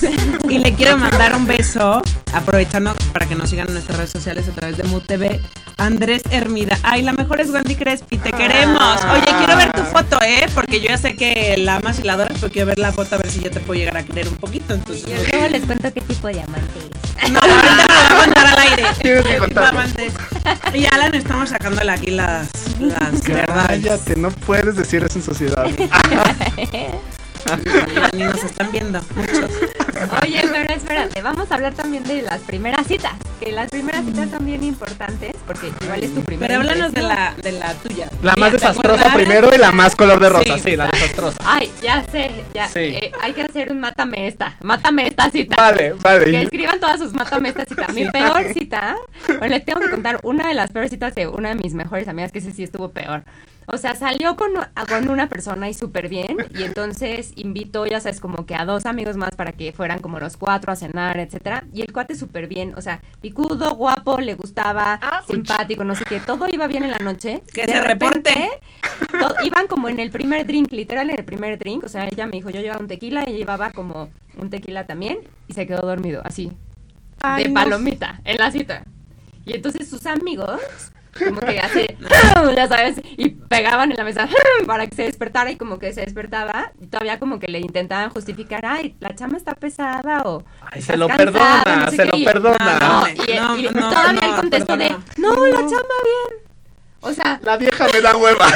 A: Y le quiero mandar un beso, aprovechando para que nos sigan en nuestras redes sociales a través de MUTV. Andrés Hermida. Ay, la mejor es Wendy Crespi, te queremos. Oye, quiero ver tu foto, ¿eh? Porque yo ya sé que la amas y la adoras, pero quiero ver la foto a ver si yo te puedo llegar a querer un poquito. Entonces,
D: Yo luego les cuento qué tipo de amante es.
A: no, ahorita me la voy a mandar al aire.
C: Tienes que
A: Eh,
C: contarlo.
A: amantes. Y Alan, estamos sacándole aquí las, las verdades.
E: Cállate, no puedes decir eso en sociedad.
A: Ni nos están viendo muchos.
D: Oye, pero espérate, vamos a hablar también de las primeras citas, que las primeras citas son bien importantes, porque igual es tu primera
A: Pero háblanos de
D: impresión.
A: la, de la tuya.
E: La más
A: Mira, ¿te
E: desastrosa
A: acuerdas?
E: primero y la más color de rosa.
A: Sí.
E: Sí, la desastrosa.
D: Ay, ya sé, ya.
E: Sí.
D: eh, hay que hacer un mátame esta, mátame esta cita.
E: Vale, vale.
D: Que escriban todas sus mátame esta cita. Mi peor cita, bueno, les tengo que contar una de las peores citas de una de mis mejores amigas, que ese sí estuvo peor. O sea, salió con, con una persona y súper bien, y entonces invitó, ya sabes, como que a dos amigos más para que fueran como los cuatro a cenar, etcétera. Y el cuate súper bien, o sea, picudo, guapo, le gustaba, simpático, no sé qué, todo iba bien en la noche.
A: Que
D: De
A: se reporte.
D: repente, to- iban como en el primer drink, literal en el primer drink. O sea, ella me dijo, yo llevaba un tequila, ella llevaba como un tequila también y se quedó dormido, así,
B: Ay,
D: de
B: no.
D: palomita, en la cita. Y entonces sus amigos, como que hace, ya sabes, y pegaban en la mesa para que se despertara y como que se despertaba y todavía como que le intentaban justificar, ay, la chama está pesada o...
E: Ay,
D: "Estás
E: se lo
D: cansado",
E: perdona,
D: no sé
E: se
D: qué,
E: lo
D: y-
E: perdona.
D: No,
A: No,
D: y,
A: no,
D: y
A: no,
D: todavía
A: no,
D: él contestó de,
A: perdona.
D: no, la chama bien. O sea,
E: La vieja me da hueva.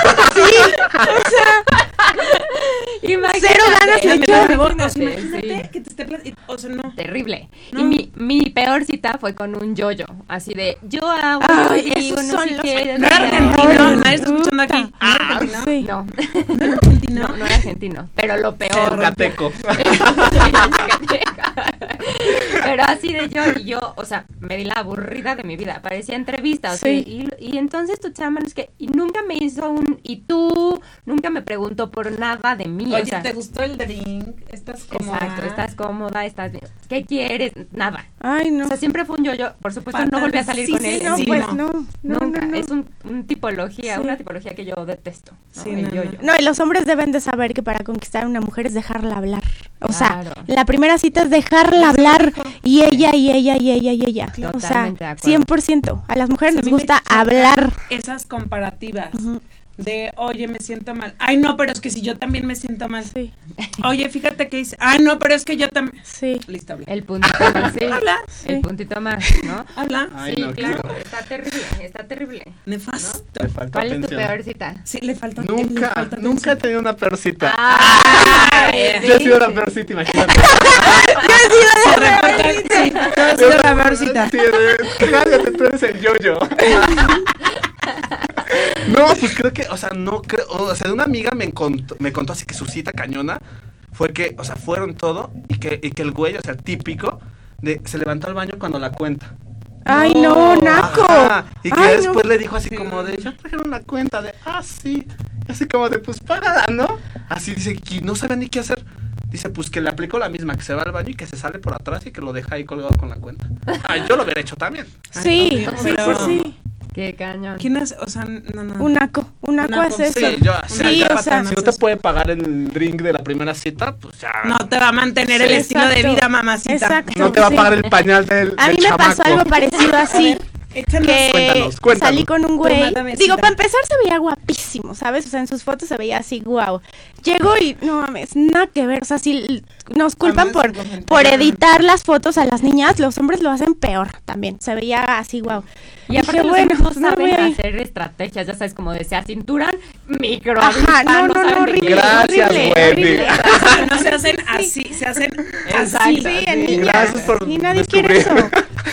D: imagínate.
B: Cero ganas le
A: Ay, me
B: echó.
A: da
D: imagínate,
A: rebotes,
D: sí.
A: Imagínate que te esté. pla- y- O sea, no.
D: terrible.
A: No.
D: Y mi, mi peor cita fue con un yoyo, así de yo hago,
B: Ay,
D: yo digo,
B: esos
D: no
B: son
D: sé
B: los
D: qué.
B: mejores.
A: No
D: no sé
A: era
D: qué.
A: argentino, nadie está escuchando aquí. No era argentino.
B: Sí.
D: No,
A: No era argentino.
D: no, no era argentino, pero lo peor.
C: Yucateco.
D: Pero así de entonces yo, y yo, o sea, me di la aburrida de mi vida, parecía entrevista, o sea,
B: Sí.
D: y, y entonces tu chamba es que, y nunca me hizo un, y tú, nunca me preguntó por nada de mí,
A: Oye,
D: o sea,
A: ¿te gustó el drink? Estás como.
D: exacto,
B: "Ah".
D: estás cómoda, estás bien, ¿qué quieres? Nada,
B: Ay, no.
D: o sea, siempre fue un yo-yo, por supuesto no
A: Fatal.
D: volví a salir
A: Sí,
D: con
A: sí,
D: él,
B: no,
A: sí,
B: pues
A: no.
B: no. No,
D: nunca,
B: no, no.
D: es un, un tipología,
B: Sí.
D: una tipología que yo detesto, ¿no?
A: Sí,
D: El
A: no, no.
D: yo-yo.
B: No, y los hombres deben de saber que para conquistar a una mujer es dejarla hablar. O sea,
D: Claro.
B: la primera cita es dejarla hablar y ella, y ella, y ella, y ella. O sea,
D: Totalmente de acuerdo.
B: 100%. A las mujeres
A: A
B: les
A: mí me
B: gusta
A: choca
B: hablar.
A: Esas comparativas
B: Ujú.
A: de, oye, me siento mal. Ay, no, pero es que si yo también me siento mal.
B: Sí,
A: Oye, fíjate que hice. Ay, no, pero es que yo también.
B: sí.
A: Listo, habla.
D: El puntito más, sí.
A: Habla.
D: el
B: Sí.
D: puntito más, ¿no?
A: Habla.
C: Ay,
D: sí,
C: no, qué
D: claro,
C: horror.
D: está terrible, está terrible.
A: Nefasto.
C: Me faltó
D: ¿Cuál es tu
C: atención.
D: peor cita?
A: Sí, le falta. le
C: Nunca,
A: falta
C: nunca he
A: atención.
C: tenido una peor cita.
D: Ay,
C: Yo he sido la peor cita, imagínate.
A: Se reporta- sí, tú has sido la peor cita.
C: Sí, de- cállate, tú eres el yo-yo. No, pues creo que, o sea, no creo, o sea, de una amiga me contó, me contó así que su cita cañona fue que, o sea, fueron todo y que, y que el güey, o sea, típico, de, se levantó al baño cuando la cuenta.
B: Ay, no, naco.
C: Ajá, y que
B: Ay, no.
C: después le dijo así como de, ya trajeron la cuenta de, ah, sí. Y Así como de, pues págala, ¿no? Así dice, que no sabía ni qué hacer. Dice, pues que le aplicó la misma, que se va al baño y que se sale por atrás y que lo deja ahí colgado con la cuenta. Ah, yo lo hubiera hecho también.
A: Ay,
B: Sí,
A: no,
B: sí, sí,
A: pero-
B: sí.
D: Qué cañón.
A: ¿Quién hace? O sea, no, no.
B: Un naco. Un naco
A: Naco,
B: hace
A: sí,
B: eso.
C: yo, o sea,
B: Sí,
C: ya,
B: o sea.
C: Si no te puede pagar el drink de la primera cita, pues ya.
A: No te va a mantener el estilo de
B: Exacto.
A: vida, mamacita.
B: Exacto.
C: no te va a
B: sí.
C: pagar el pañal del,
B: A
C: del
B: mí me pasó
C: chamaco.
B: algo parecido así.
A: Échanos.
B: que
C: Cuéntanos, cuéntanos.
B: salí con un güey.
A: Mátame,
B: Digo,
A: cita.
B: para empezar se veía guapísimo, ¿sabes? O sea, en sus fotos se veía así, guau. Llegó y no mames, nada que ver. O sea, si l- nos culpan
A: Jamás
B: por,
A: lo comentaré.
B: por editar las fotos a las niñas, los hombres lo hacen peor también. Se veía así, guau.
D: Y aparte los
B: bueno,
D: hombres no
B: pues, no voy
D: saben
B: a ir.
D: hacer estrategias, ya sabes, como de se acinturan, micro.
B: Ajá, no, no,
D: saben
B: no,
D: ni
B: horrible.
D: qué.
C: Gracias,
B: horrible,
C: Wendy.
B: horrible.
A: no se hacen así, se hacen así.
D: Exacto.
B: Sí, en
C: Sí,
B: niñas.
C: gracias por
B: Y nadie quiere eso.
C: descubrir.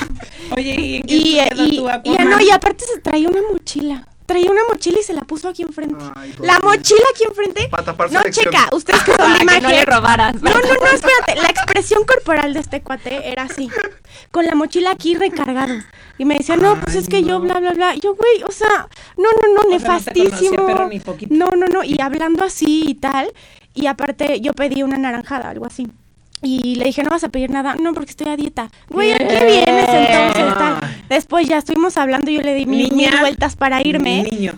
A: Oye, ¿y en qué
B: Y,
A: te quedó
B: y-
A: tu
B: y- ah,
A: Aquaman?
B: no, y aparte se traía una mochila. Traía una mochila y se la puso aquí enfrente.
C: Ay,
B: la
C: pobre.
B: mochila aquí enfrente.
C: Pa' tapar su
B: no,
C: erección.
B: checa, ustedes que son
D: Para
B: de
D: que
B: imagen.
D: no le robaras.
B: No, no, no, espérate. La expresión corporal de este cuate era así. Con la mochila aquí recargado. Y me decía, no, pues es que yo, bla, bla, bla. Yo, güey, o sea, no,
A: O
B: no, no,
A: sea, no te
B: nefastísimo.
A: conocía, pero ni poquito.
B: no, no, no. Y hablando así y tal. Y aparte, yo pedí una naranjada, algo así. Y le dije, no vas a pedir nada. No, porque estoy a dieta. Güey, ¿a qué vienes entonces? Tal. Después ya estuvimos hablando. Yo le di mil,
A: Eh. Niña,
B: mil vueltas para irme.
A: Niño.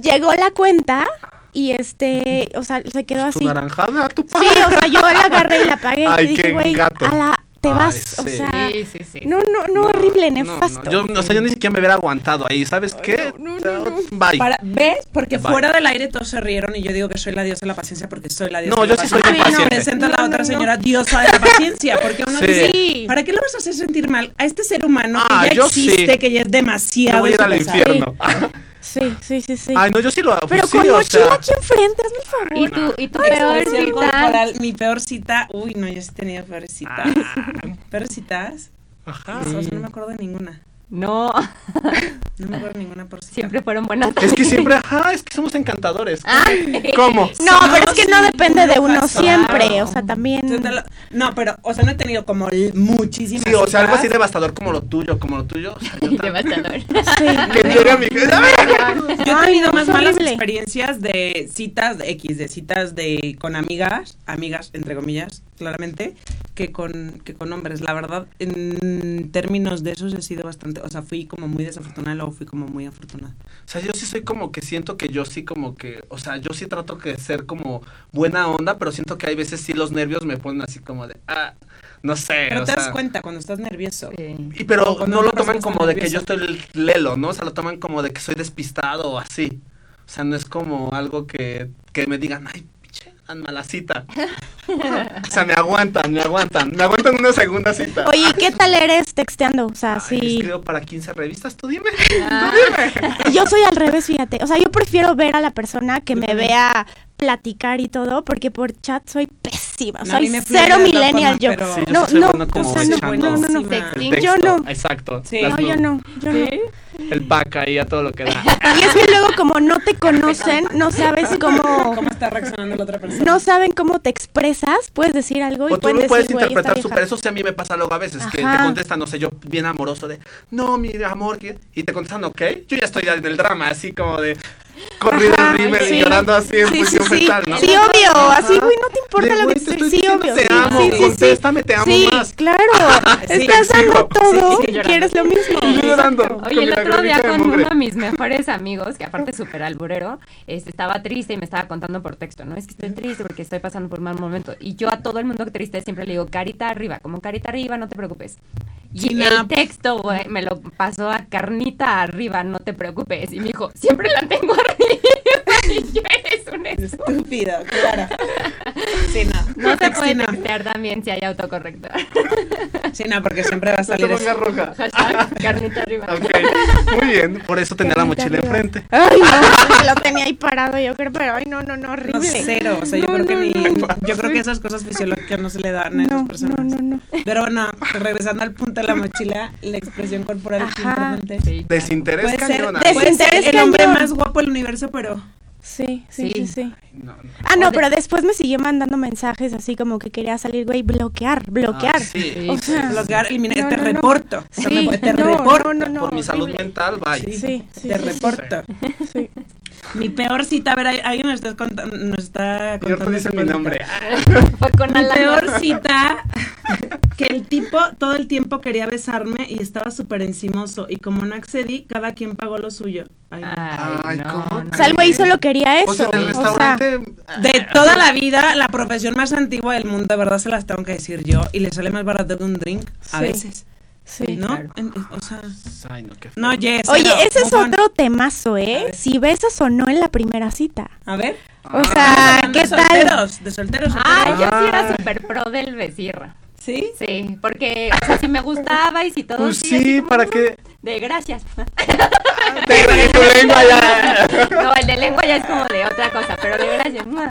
B: Llegó la cuenta. Y este, o sea, se quedó
A: Pues
C: Tu
B: así.
C: naranjada, tu
B: Sí, o sea, yo la agarré y la pagué
C: Ay,
B: y dije,
C: qué
B: güey,
C: gato.
B: a la te
C: Ay,
B: vas, o
C: sí.
B: sea,
D: Sí, sí, sí.
B: no, no, no, horrible, nefasto.
C: No, no, Yo, o sea, yo ni siquiera me hubiera aguantado ahí, ¿sabes qué?
B: no, no, no.
C: Bye.
A: Para, ¿Ves? Porque
C: Bye.
A: fuera del aire todos se rieron y yo digo que soy la diosa de la paciencia porque soy la diosa
C: No,
A: de la
C: yo sí soy
A: paciencia.
B: bien
A: no,
B: paciente.
A: presento a
B: No,
A: la
B: no,
A: otra
B: no.
A: señora diosa de la paciencia porque uno
C: Sí.
A: dice,
B: Sí.
A: ¿para qué lo vas a hacer sentir mal a este ser humano
C: Ah,
A: que ya
C: yo sí.
A: existe, que ya es
C: Me
A: demasiado
C: voy a ir al
A: estresado?
C: infierno.
B: Sí, sí, sí, sí.
C: Ay, no, yo sí lo hago.
B: Pero
C: sí,
B: con
C: o
B: mochila
C: sea,
B: aquí enfrente, hazme el favor.
D: Y tu, y tu
A: Mi
D: peor
A: expresión
D: cita.
A: corporal, mi peor cita, uy, no, yo sí tenía peor citas.
C: Ah.
A: Peor citas, Ah,
C: Ajá.
A: o sea, no me acuerdo de ninguna.
D: No,
A: No me acuerdo de ninguna por cita.
D: siempre fueron buenas.
C: Es que siempre, ajá, es que somos encantadores.
A: Ah,
D: Ay.
C: ¿Cómo?
B: No, pero es que no
A: sí,
B: depende de uno
A: pasado.
B: siempre, o sea, también
A: Tú te lo- No, pero, o sea, no he tenido como l- muchísimas.
C: Sí, o sea, algo así
A: citas.
C: devastador como lo tuyo, como lo tuyo. o sea, yo también.
D: Devastador.
C: que llegue a mi
A: Yo he
B: Ay,
A: tenido
B: no,
A: más
B: es
A: malas
B: horrible.
A: experiencias de citas de X, de citas de con amigas, amigas entre comillas, claramente, que con que con hombres. La verdad, en términos de esos he sido bastante, o sea, fui como muy desafortunada, luego fui como muy afortunada.
C: O sea, yo sí soy como que siento que yo sí como que, o sea, yo sí trato que ser como buena onda, pero siento que hay veces sí los nervios me ponen así como de, ah, no sé.
A: Pero
C: o
A: te das
C: sea.
A: cuenta cuando estás nervioso.
D: Sí.
C: Y pero
A: Cuando
C: no
A: una
C: lo toman
A: persona está
C: como de que yo
A: nerviosa.
C: estoy el lelo, ¿no? O sea, lo toman como de que soy despistado o así. O sea, no es como algo que, que me digan, ay, pinche, tan mala cita. o sea, me aguantan, me aguantan. Me aguantan una segunda cita.
B: Oye, ¿qué tal eres texteando? O sea,
C: Ay,
B: sí.
C: Escribo para 15 revistas, tú dime.
D: Ah,
B: Yo soy al revés, fíjate. O sea, yo prefiero ver a la persona que me vea platicar y todo, porque por chat soy pésima.
A: No, a
B: soy
A: mí me fluye
B: cero
A: de otra forma,
B: millennial yo.
A: pero- Sí,
C: yo
B: no,
C: sí soy
B: no,
C: bueno como
B: o sea, no,
C: echando
B: no, no, no.
A: textos.
C: El
D: Yo
C: texto,
B: no.
C: Exacto.
A: Sí.
C: las
B: No, yo
C: nubes.
B: no, yo no.
C: El pack ahí a todo lo que da.
B: Y es que luego como no te conocen, no sabes cómo,
A: ¿Cómo está reaccionando la otra persona?
B: no saben cómo te expresas, puedes decir algo y
C: O tú lo
B: pueden
C: puedes
B: decir, "Güey, esta
C: interpretar
B: vieja".
C: súper. Eso sí a mí me pasa luego a veces, que te
B: Ajá.
C: contestan, no sé, yo bien amoroso de, no, mi amor, ¿qué?", y te contestan, ok. Yo ya estoy en el drama, así como de corrido
B: Ajá,
C: el rímel
B: sí.
C: y llorando así en
B: Sí, sí,
C: posición
B: sí.
C: fetal, ¿no?
B: Sí, obvio, así, güey, no te importa
C: De,
B: lo que
C: "Güey, te
B: estoy,
C: estoy
B: sí,
C: diciendo,
B: obio.
C: Te
B: sí,
C: amo,
B: sí, sí, sí.
C: contéstame, te amo
B: Sí,
C: más.
B: claro.
A: Sí,
B: Estás
A: sí,
B: dando todo
A: sí,
B: y
A: llorando.
B: quieres lo mismo.
C: Y yo llorando.
B: Exacto.
D: Oye,
C: con
D: el
C: mi
D: otro día
C: lagrimita de
D: con
C: mugre.
D: uno de mis mejores amigos, que aparte es súper alburero, este, estaba triste y me estaba contando por texto, ¿no? Es que estoy triste porque estoy pasando por un mal momento. Y yo a todo el mundo triste siempre le digo, carita arriba, como carita arriba, no te preocupes. Y
A: Chin-up.
D: el texto, güey, me lo pasó a carnita arriba, no te preocupes. Y me dijo, siempre la tengo arriba. Y yo eres un estúpido.
A: Estúpido, claro. Sí, no.
D: No se
A: Sí,
D: puede
A: no.
D: textear también si hay autocorrector.
A: Sí, no, porque siempre va a
C: No te
A: salir eso.
C: pongas roja.
D: Hashtag carnita arriba.
C: Ok, muy bien. Por eso tener la mochila enfrente.
B: Ay, no, que lo tenía ahí parado, yo creo, pero ay, no, no, no,
A: No,
B: horrible.
A: cero. O sea, yo
B: No,
A: creo que
B: no,
A: ni.
B: no.
A: Yo creo que esas cosas fisiológicas no se le dan a esas
B: No,
A: personas.
B: no, no, no.
A: Pero bueno, regresando al punto de la mochila, la expresión corporal es
B: Ajá.
A: importante.
D: Sí, claro.
C: Desinterés
A: Puede ser,
C: cañona.
A: puede ser
B: Desinterés
A: el hombre
B: cañón.
A: más guapo del universo, pero
B: Sí, sí, sí,
D: Sí.
B: sí.
C: No, no.
B: Ah, no, pero después me siguió mandando mensajes así como que quería salir, güey, bloquear, bloquear.
C: Ah, sí.
B: O sea,
A: bloquear, eliminar,
B: No,
A: te
B: no, no.
A: reporto. O sea,
B: Sí,
A: me- te
B: no,
A: reporto.
B: no, no, no,
C: Por mi salud
B: horrible.
C: mental,
A: Sí,
C: bye.
B: Sí, sí,
A: te
B: sí,
A: reporto.
B: Sí.
A: Mi peor cita, a ver, ahí- alguien nos está contando. Nos está
C: Yo te
A: contando
C: dice
A: su
C: mi
A: bonita.
C: nombre.
D: Fue con
A: Mi
D: Alan.
A: peor cita que el tipo todo el tiempo quería besarme y estaba súper encimoso. Y como no accedí, cada quien pagó lo suyo. Ay, no.
B: Ah.
D: Ay,
C: Ay,
D: no,
C: ¿cómo
D: no.
B: O sea, el güey solo quería eso.
A: Pues
C: O sea, en el
B: o sea,
C: restaurante.
A: De toda la vida, la profesión más antigua del mundo, de verdad se las tengo que decir yo. Y le sale más barato que un drink a
B: Sí.
A: veces.
B: sí.
A: ¿No?
D: claro.
A: En- o sea,
C: Ay, no, qué feo.
A: no, yes.
B: Oye, ese es otro temazo,
A: A
B: ¿eh?
A: ver.
B: Si besas o no en la primera cita.
A: A ver.
B: O sea,
A: Hablando
B: ¿qué
A: de
B: tal?
A: solteros, de solteros.
D: Ah,
A: solteros.
D: yo sí era súper pro del besirra.
A: ¿Sí?
D: Sí, porque o sea, si me gustaba y si todo.
C: Pues
D: así
C: sí,
D: como,
C: ¿para
D: "No,
C: qué?
D: De gracias.
C: Te tu lengua ya.
D: No, el de lengua ya es como de otra cosa, pero de gracias. mua.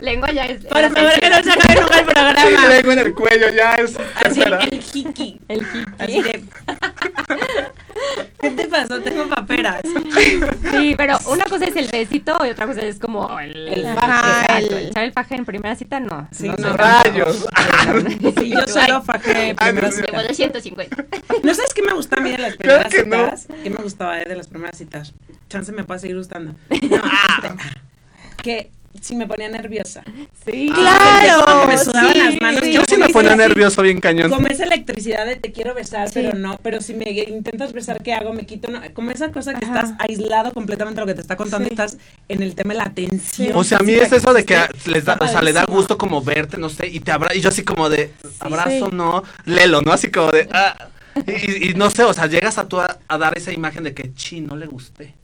D: lengua ya es.
A: Por
D: era
A: favor, que no se
D: sencillo.
A: acabe nunca el
C: Te
A: programa.
C: lengua en el cuello ya es.
A: Así,
C: tercera.
A: el jiki.
D: El jiki.
A: Así de... ¿Qué te pasó? Tengo paperas.
D: Sí, pero una cosa es el besito y otra cosa es como el,
A: El
B: paje.
D: Exacto,
B: El-
D: el echar el paje en primera cita, no.
A: Sí,
D: no,
A: no.
D: soy
C: Rayos.
D: tan-
A: Sí, yo solo fajé primera
C: Dios mío.
D: Llevo
A: cita.
D: 250.
A: ¿No sabes qué me gusta a mí de las primeras
C: que no.
A: citas? ¿Qué me gustaba eh, de las primeras citas? Chance me puede seguir gustando. No, este, que si me ponía nerviosa.
C: Ah,
D: Sí.
B: Claro.
A: Me sudaban
B: sí,
A: las manos.
C: Yo sí me ponía nervioso bien cañón.
A: Como esa electricidad de te quiero besar,
B: Sí.
A: pero no, pero si me intentas besar, ¿qué hago? Me quito, no. Como esa cosa que
B: Ajá.
A: estás aislado completamente de lo que te está contando
B: Sí.
A: y estás en el tema de la atención.
C: O sea, a mí es eso de que a- les da, o sea, le da
A: Padrísimo.
C: gusto como verte, no sé, y te abra y yo así como de abrazo,
B: Sí.
C: no, lelo, ¿no? Así como de ah, y, y no sé, o sea, llegas a tú a, a dar esa imagen de que chi, no le gusté.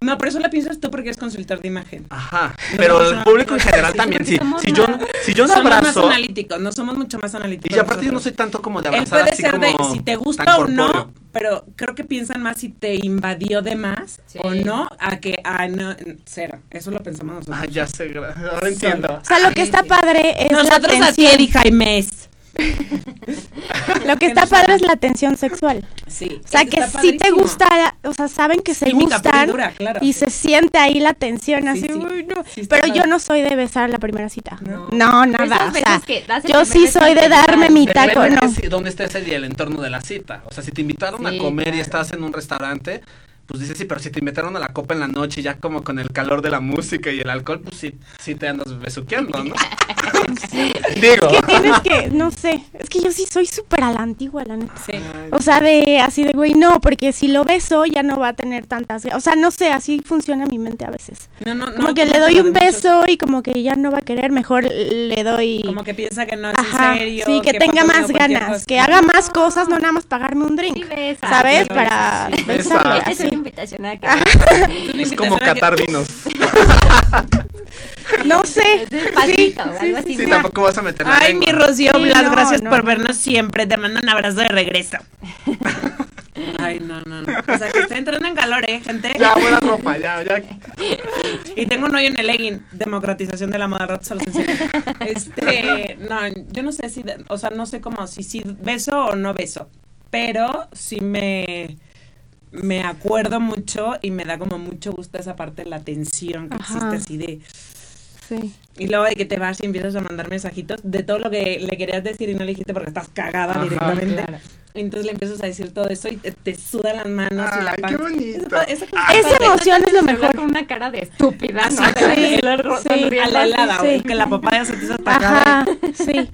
A: No, pero eso lo piensas tú porque es consultor de imagen.
C: Ajá. Pero el público en general también, si, si yo si yo no
A: somos más
C: abrazo,
A: analíticos, no somos mucho más analíticos.
C: y aparte yo no
A: nosotros.
C: soy tanto como de
A: Él
C: abrazar
A: puede
C: así
A: ser de
C: como
A: si te gusta
C: tan
A: o no,
C: corpóreo.
A: pero creo que piensan más si te invadió de más
D: Sí.
A: o no, a que, ah, no, cero. Eso lo pensamos nosotros.
C: Ah, ya sé, gra- ahora entiendo.
B: O sea, lo que está padre es la
A: nosotros así,
B: atención.
A: Eddie Jaimez.
B: Lo que está padre es la atención sexual.
A: Sí.
B: O sea, que si te gusta, o sea, saben que se
A: Química pura y
B: gustan
A: dura, claro.
B: y se siente ahí la tensión así.
A: sí.
B: "Uy, no".
A: Sí, está
B: Pero yo
A: padre.
B: no soy de besar la primera cita. No,
A: No.
B: nada.
D: Esas
B: O sea,
D: veces que das el
B: yo sí
D: primer
B: soy de
D: beso y
B: darme
D: ya,
B: mi
C: Depende
B: taco,
C: de
B: no.
C: si- dónde estés el, el entorno de la cita. O sea, si te invitaron a
D: Sí,
C: comer y
D: claro.
C: estás en un restaurante, pues dices sí, pero si te invitaron a la copa en la noche, ya como con el calor de la música y el alcohol, pues sí, sí te andas besuqueando, ¿no? Digo.
B: Que tienes que, no sé, es que yo sí soy súper a la antigua, la neta.
A: Sí.
B: O sea, de así de güey, no, porque si lo beso ya no va a tener tantas. O sea, no sé, así funciona mi mente a veces.
A: No, no, no,
B: Como que
A: tú
B: le
A: no te
B: doy
A: lo
B: un
A: demuestras.
B: beso y como que ya no va a querer, mejor le doy.
A: Como que piensa que no es
B: Ajá,
A: en serio.
B: sí, que, tenga
A: pasa
B: más
A: luego cualquier
B: ganas,
A: cosa.
B: que haga más cosas, no nada más pagarme un drink,
D: Sí, besa.
B: ¿sabes?
A: Sí,
B: Para
A: sí,
C: besa.
B: besarle
D: Esa es una
B: así.
D: invitación a que.
C: Es como catar vinos.
B: No sé,
D: Es de palito o algo así.
C: Sí, tampoco vas a meter la
A: Ay, mi
C: lengua.
A: Rocío
B: Sí,
A: Blas,
B: no,
A: gracias
B: no.
A: por vernos siempre. Te mando un abrazo de regreso. Ay, no, no, no. O sea, que está entrando en calor, ¿eh, gente?
E: Ya, buena ropa, ya, ya.
A: Y tengo un hoyo en el legging. Democratización de la moda, al rato se los enseño. Este, no, yo no sé si, o sea, no sé cómo, si, si beso o no beso. Pero sí me, me acuerdo mucho y me da como mucho gusto esa parte de la tensión que
B: Ajá.
A: existe así de...
B: Sí.
A: Y luego de que te vas y empiezas a mandar mensajitos de todo lo que le querías decir y no le dijiste porque estás cagada
C: Ajá.
A: directamente.
D: Claro.
A: Entonces le empiezas a decir todo eso y te, te sudan las manos y la
E: Ay,
A: panza.
E: qué bonito.
A: Esa- esa-
B: Esa emoción es lo
D: Hablar
B: mejor.
D: Con una cara de estúpida, ¿no?
A: Exacto.
B: Sí,
A: El otro
B: sí,
A: sonriendo a la helada,
B: sí.
A: güey, que la papaya se te hizo atacada.
B: Ajá, sí.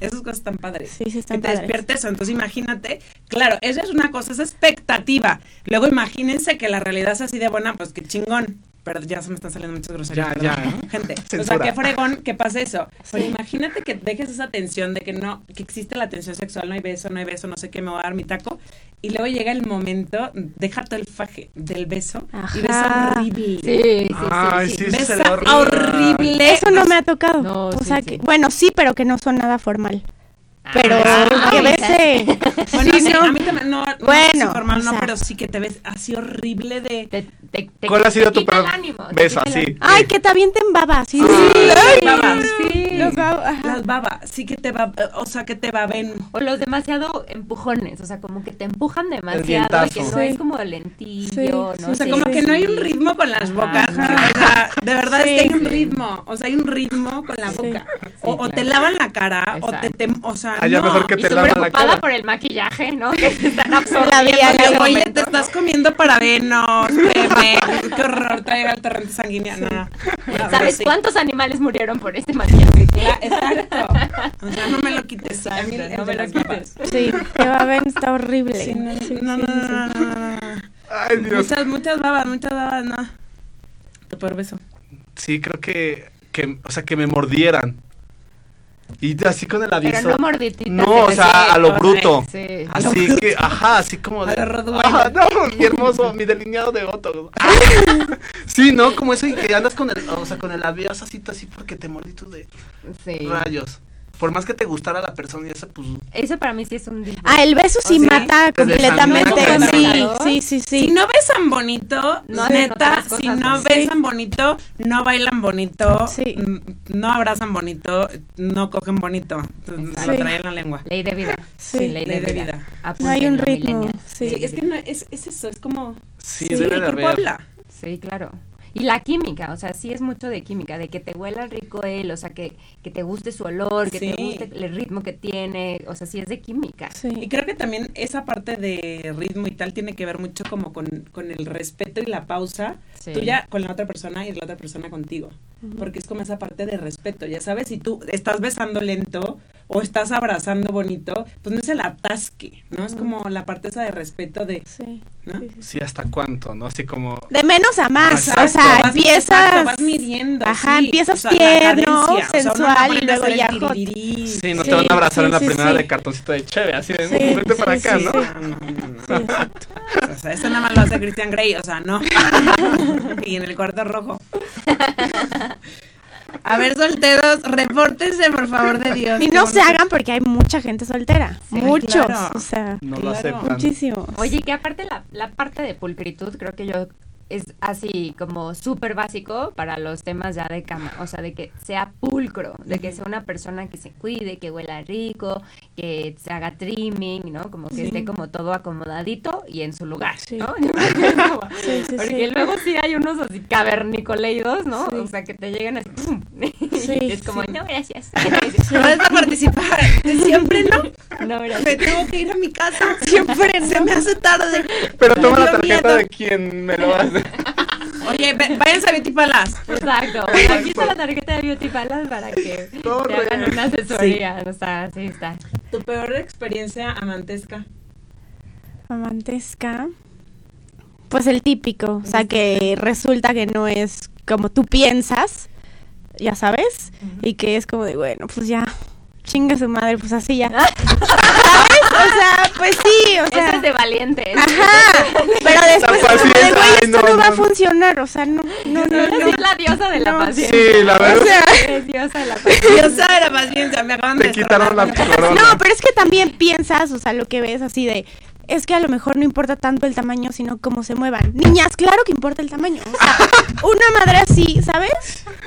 A: Esas cosas están padres.
B: Sí, sí están
A: que te
B: padres.
A: despiertes, entonces imagínate, claro, esa es una cosa, es expectativa. Luego imagínense que la realidad es así de buena, pues qué chingón. Pero ya se me están saliendo muchas groserías.
C: Ya,
A: perdón,
C: ya, ¿no?
A: Gente, o sea,
E: Censura.
A: qué fregón que pasa eso. Pero imagínate que dejes esa tensión de que no, que existe la tensión sexual, no hay beso, no hay beso, no sé qué, me voy a dar mi taco. Y luego llega el momento, deja todo el faje del beso y besa
B: Ajá.
A: horrible.
D: Sí, sí, sí.
E: Ay,
D: sí.
E: sí, sí. se le
A: Besa
E: da
A: horrible.
B: Eso no me ha tocado.
D: No,
B: o
D: sí,
B: sea
D: sí.
B: que, bueno, sí, pero que no son nada formal. Pero
D: Ah,
B: que
D: ay,
B: bese.
A: Bueno,
B: sí,
A: sí,
B: no.
A: a mí también no, no
B: Bueno,
A: sé si formal,
B: o
A: no,
B: sea.
A: pero sí que te ves así horrible de...
D: Te, te, te,
E: ¿Cuál ha sido
D: te
E: tu
D: quita el
E: peor
D: ánimo, te
E: beso
D: quita el
E: así?
B: Ay, que te avienten baba. Sí,
A: Ay,
B: sí.
A: Ah, babas,
D: sí.
B: Los baba. ajá.
A: Las babas, sí que te va, o sea, que te va ven.
D: O los demasiado empujones, o sea, como que te empujan demasiado y que no
E: dientazo.
D: es como lentillo,
B: Sí,
D: ¿no?
B: sí,
A: O sea,
B: sí,
A: como
B: sí,
A: que no hay un ritmo con las bocas.
D: Ajá.
A: O sea, de verdad es que
B: Sí,
A: hay un
D: sí.
A: ritmo. O sea, hay un ritmo con la
B: Sí.
A: boca.
D: Sí,
A: O, o te
D: claro.
A: lavan la cara, o te,
D: Exacto.
A: tem- o sea,
E: Ah, ya
A: no.
E: mejor que
D: Y
E: te
D: súper
E: lavan la
D: ocupada
E: cara.
D: por el maquillaje, ¿no? Que se están
B: La vi
D: absorbiendo.
B: a la
D: en el
A: Oye,
D: momento.
A: te estás comiendo parabenos, bebé. Qué horror, te llega el torrente sanguíneo. No. No,
D: ¿Sabes
A: sí.
D: cuántos animales murieron por este maquillaje?
A: Ya, Exacto. O sea, no me lo quites. a mí el de
D: no me lo
A: las
D: quites.
A: babas.
B: Sí, que baben está horrible.
A: Sí, no,
B: Sí,
A: no,
B: sí,
A: no,
B: sí.
A: no, no, no, no.
E: Ay, Dios.
A: Muchas, muchas babas, muchas babas, no. Tu peor beso.
E: Sí, creo que, que, o sea, que me mordieran. Y así con el aviso.
D: Pero no mordititas.
E: No, o
D: que
E: sea, a lo
A: sí,
E: bruto.
D: sí.
E: Así que, ajá, así como de.
A: A lo Rottweiler.
E: Ajá, no, mi hermoso, mi delineado de Otto. sí, ¿no? Como eso y que andas con el, o sea, con el aviso así, así porque te mordí tú de
D: sí.
E: rayos. Por más que te gustara la persona y esa, pues.
D: Eso para mí sí es un disgusto.
B: Ah, el beso sí
A: sea,
B: mata
E: te desangran
B: completamente.
E: con
B: Sí,
D: calor.
B: sí, sí, sí.
A: Si no besan bonito,
D: No hacen
A: neta,
D: otras
A: si
D: cosas,
A: no
D: ¿no?
A: besan bonito, no bailan bonito,
B: Sí.
A: mm, no abrazan bonito, no cogen bonito. Entonces, Lo
B: Sí.
A: traen en la lengua.
D: Ley de vida.
B: Sí,
D: ley, de, vida.
B: No hay un
D: Apúntenlo,
B: ritmo.
D: millennials.
B: Sí.
A: es que no, es, es eso, es como.
E: Sí,
A: sí,
E: debe
A: el
E: de
A: cuerpo
E: haber.
A: habla.
D: Sí, claro. Y la química, o sea, sí es mucho de química, de que te huela rico él, o sea, que, que te guste su olor, que
A: Sí.
D: te guste el ritmo que tiene, o sea, sí es de química.
A: Y
B: Sí.
A: creo que también esa parte de ritmo y tal tiene que ver mucho como con, con el respeto y la pausa
D: Sí.
A: tuya con la otra persona y la otra persona contigo. Porque es como esa parte de respeto, ya sabes, si tú estás besando lento o estás abrazando bonito, pues no es el atasque, ¿no? Es como la parte esa de respeto de,
B: Sí.
A: ¿no?
E: Sí, hasta cuánto, ¿no? Así como.
B: De menos a más,
E: Exacto,
B: Ah, o sea,
A: vas- exacto,
B: empiezas
A: vas midiendo.
B: Ajá,
A: sí,
B: empiezas
A: la
B: tierno,
A: cadencia, o sea, uno no
B: sensual, y
A: aprende a
B: luego
A: hacer el
B: ya hot.
A: tirirí.
E: Sí, no
B: Sí,
E: te van a abrazar
B: sí,
E: en la
B: sí,
E: primera
B: sí.
E: de cartoncito de cheve, así de "Uh,
B: Sí,
E: vente para
B: sí,
E: acá,
B: sí,
E: ¿no?
A: No, no, no, no. O sea, eso nada más lo hace Christian Grey, o sea, no. y en el cuarto rojo. A ver, solteros, repórtense, por favor, de Dios.
B: Y no se hagan porque hay mucha gente soltera.
A: Sí,
B: muchos.
A: claro.
B: O sea,
E: No lo
A: Claro.
E: aceptan.
B: muchísimos.
D: Oye, que aparte la, la parte de pulcritud, creo que yo es así como súper básico para los temas ya de cama, o sea, de que sea pulcro, de que sea una persona que se cuide, que huela rico, que se haga trimming, ¿no? Como que esté como todo acomodadito y en su lugar,
B: Sí.
D: ¿no? Yo creo que es como-
B: Sí, sí,
D: Porque
B: sí.
D: luego sí hay unos así cavernicoleidos, ¿no?
B: Sí.
D: O sea, que te llegan así, ¡pum!
B: Sí,
D: y es como,
B: sí.
D: no, gracias.
A: No vas a participar. Siempre no.
D: no, gracias.
A: Me tengo que ir a mi casa. Siempre se me hace tarde.
E: Pero toma
A: Me
E: la
A: dio
E: tarjeta
A: miedo.
E: de quien me lo hace.
A: Oye, ve- váyanse a Beauty Palace.
D: Exacto. Bueno, aquí está la tarjeta de Beauty Palace para que te
E: Corre.
D: hagan una asesoría. O sea, sí está.
A: Tu peor experiencia amantesca.
B: Amantesca. Pues el típico. O sea, que resulta que no es como tú piensas. Ya sabes. Y que es como de, bueno, pues ya. Chinga su madre, pues así ya. ¿Sabes? O sea, pues sí, o sea.
D: Eso es de valiente.
B: Ajá. Pero después es como de,
E: paciencia,
B: güey,
E: ay,
B: esto
E: no,
B: no, va a
E: no.
B: funcionar. O sea, no, no, no, no.
D: Es la diosa de la paciencia.
E: Sí, la verdad.
B: O sea,
D: Es diosa de la paciencia.
A: Diosa de la paciencia, me acaban
E: te
A: de
E: quitaron la
A: destronar.
E: corona.
B: No, pero es que también piensas, o sea, lo que ves así de es que a lo mejor no importa tanto el tamaño, sino cómo se muevan. Niñas, claro que importa el tamaño. O sea, una madre así, ¿sabes?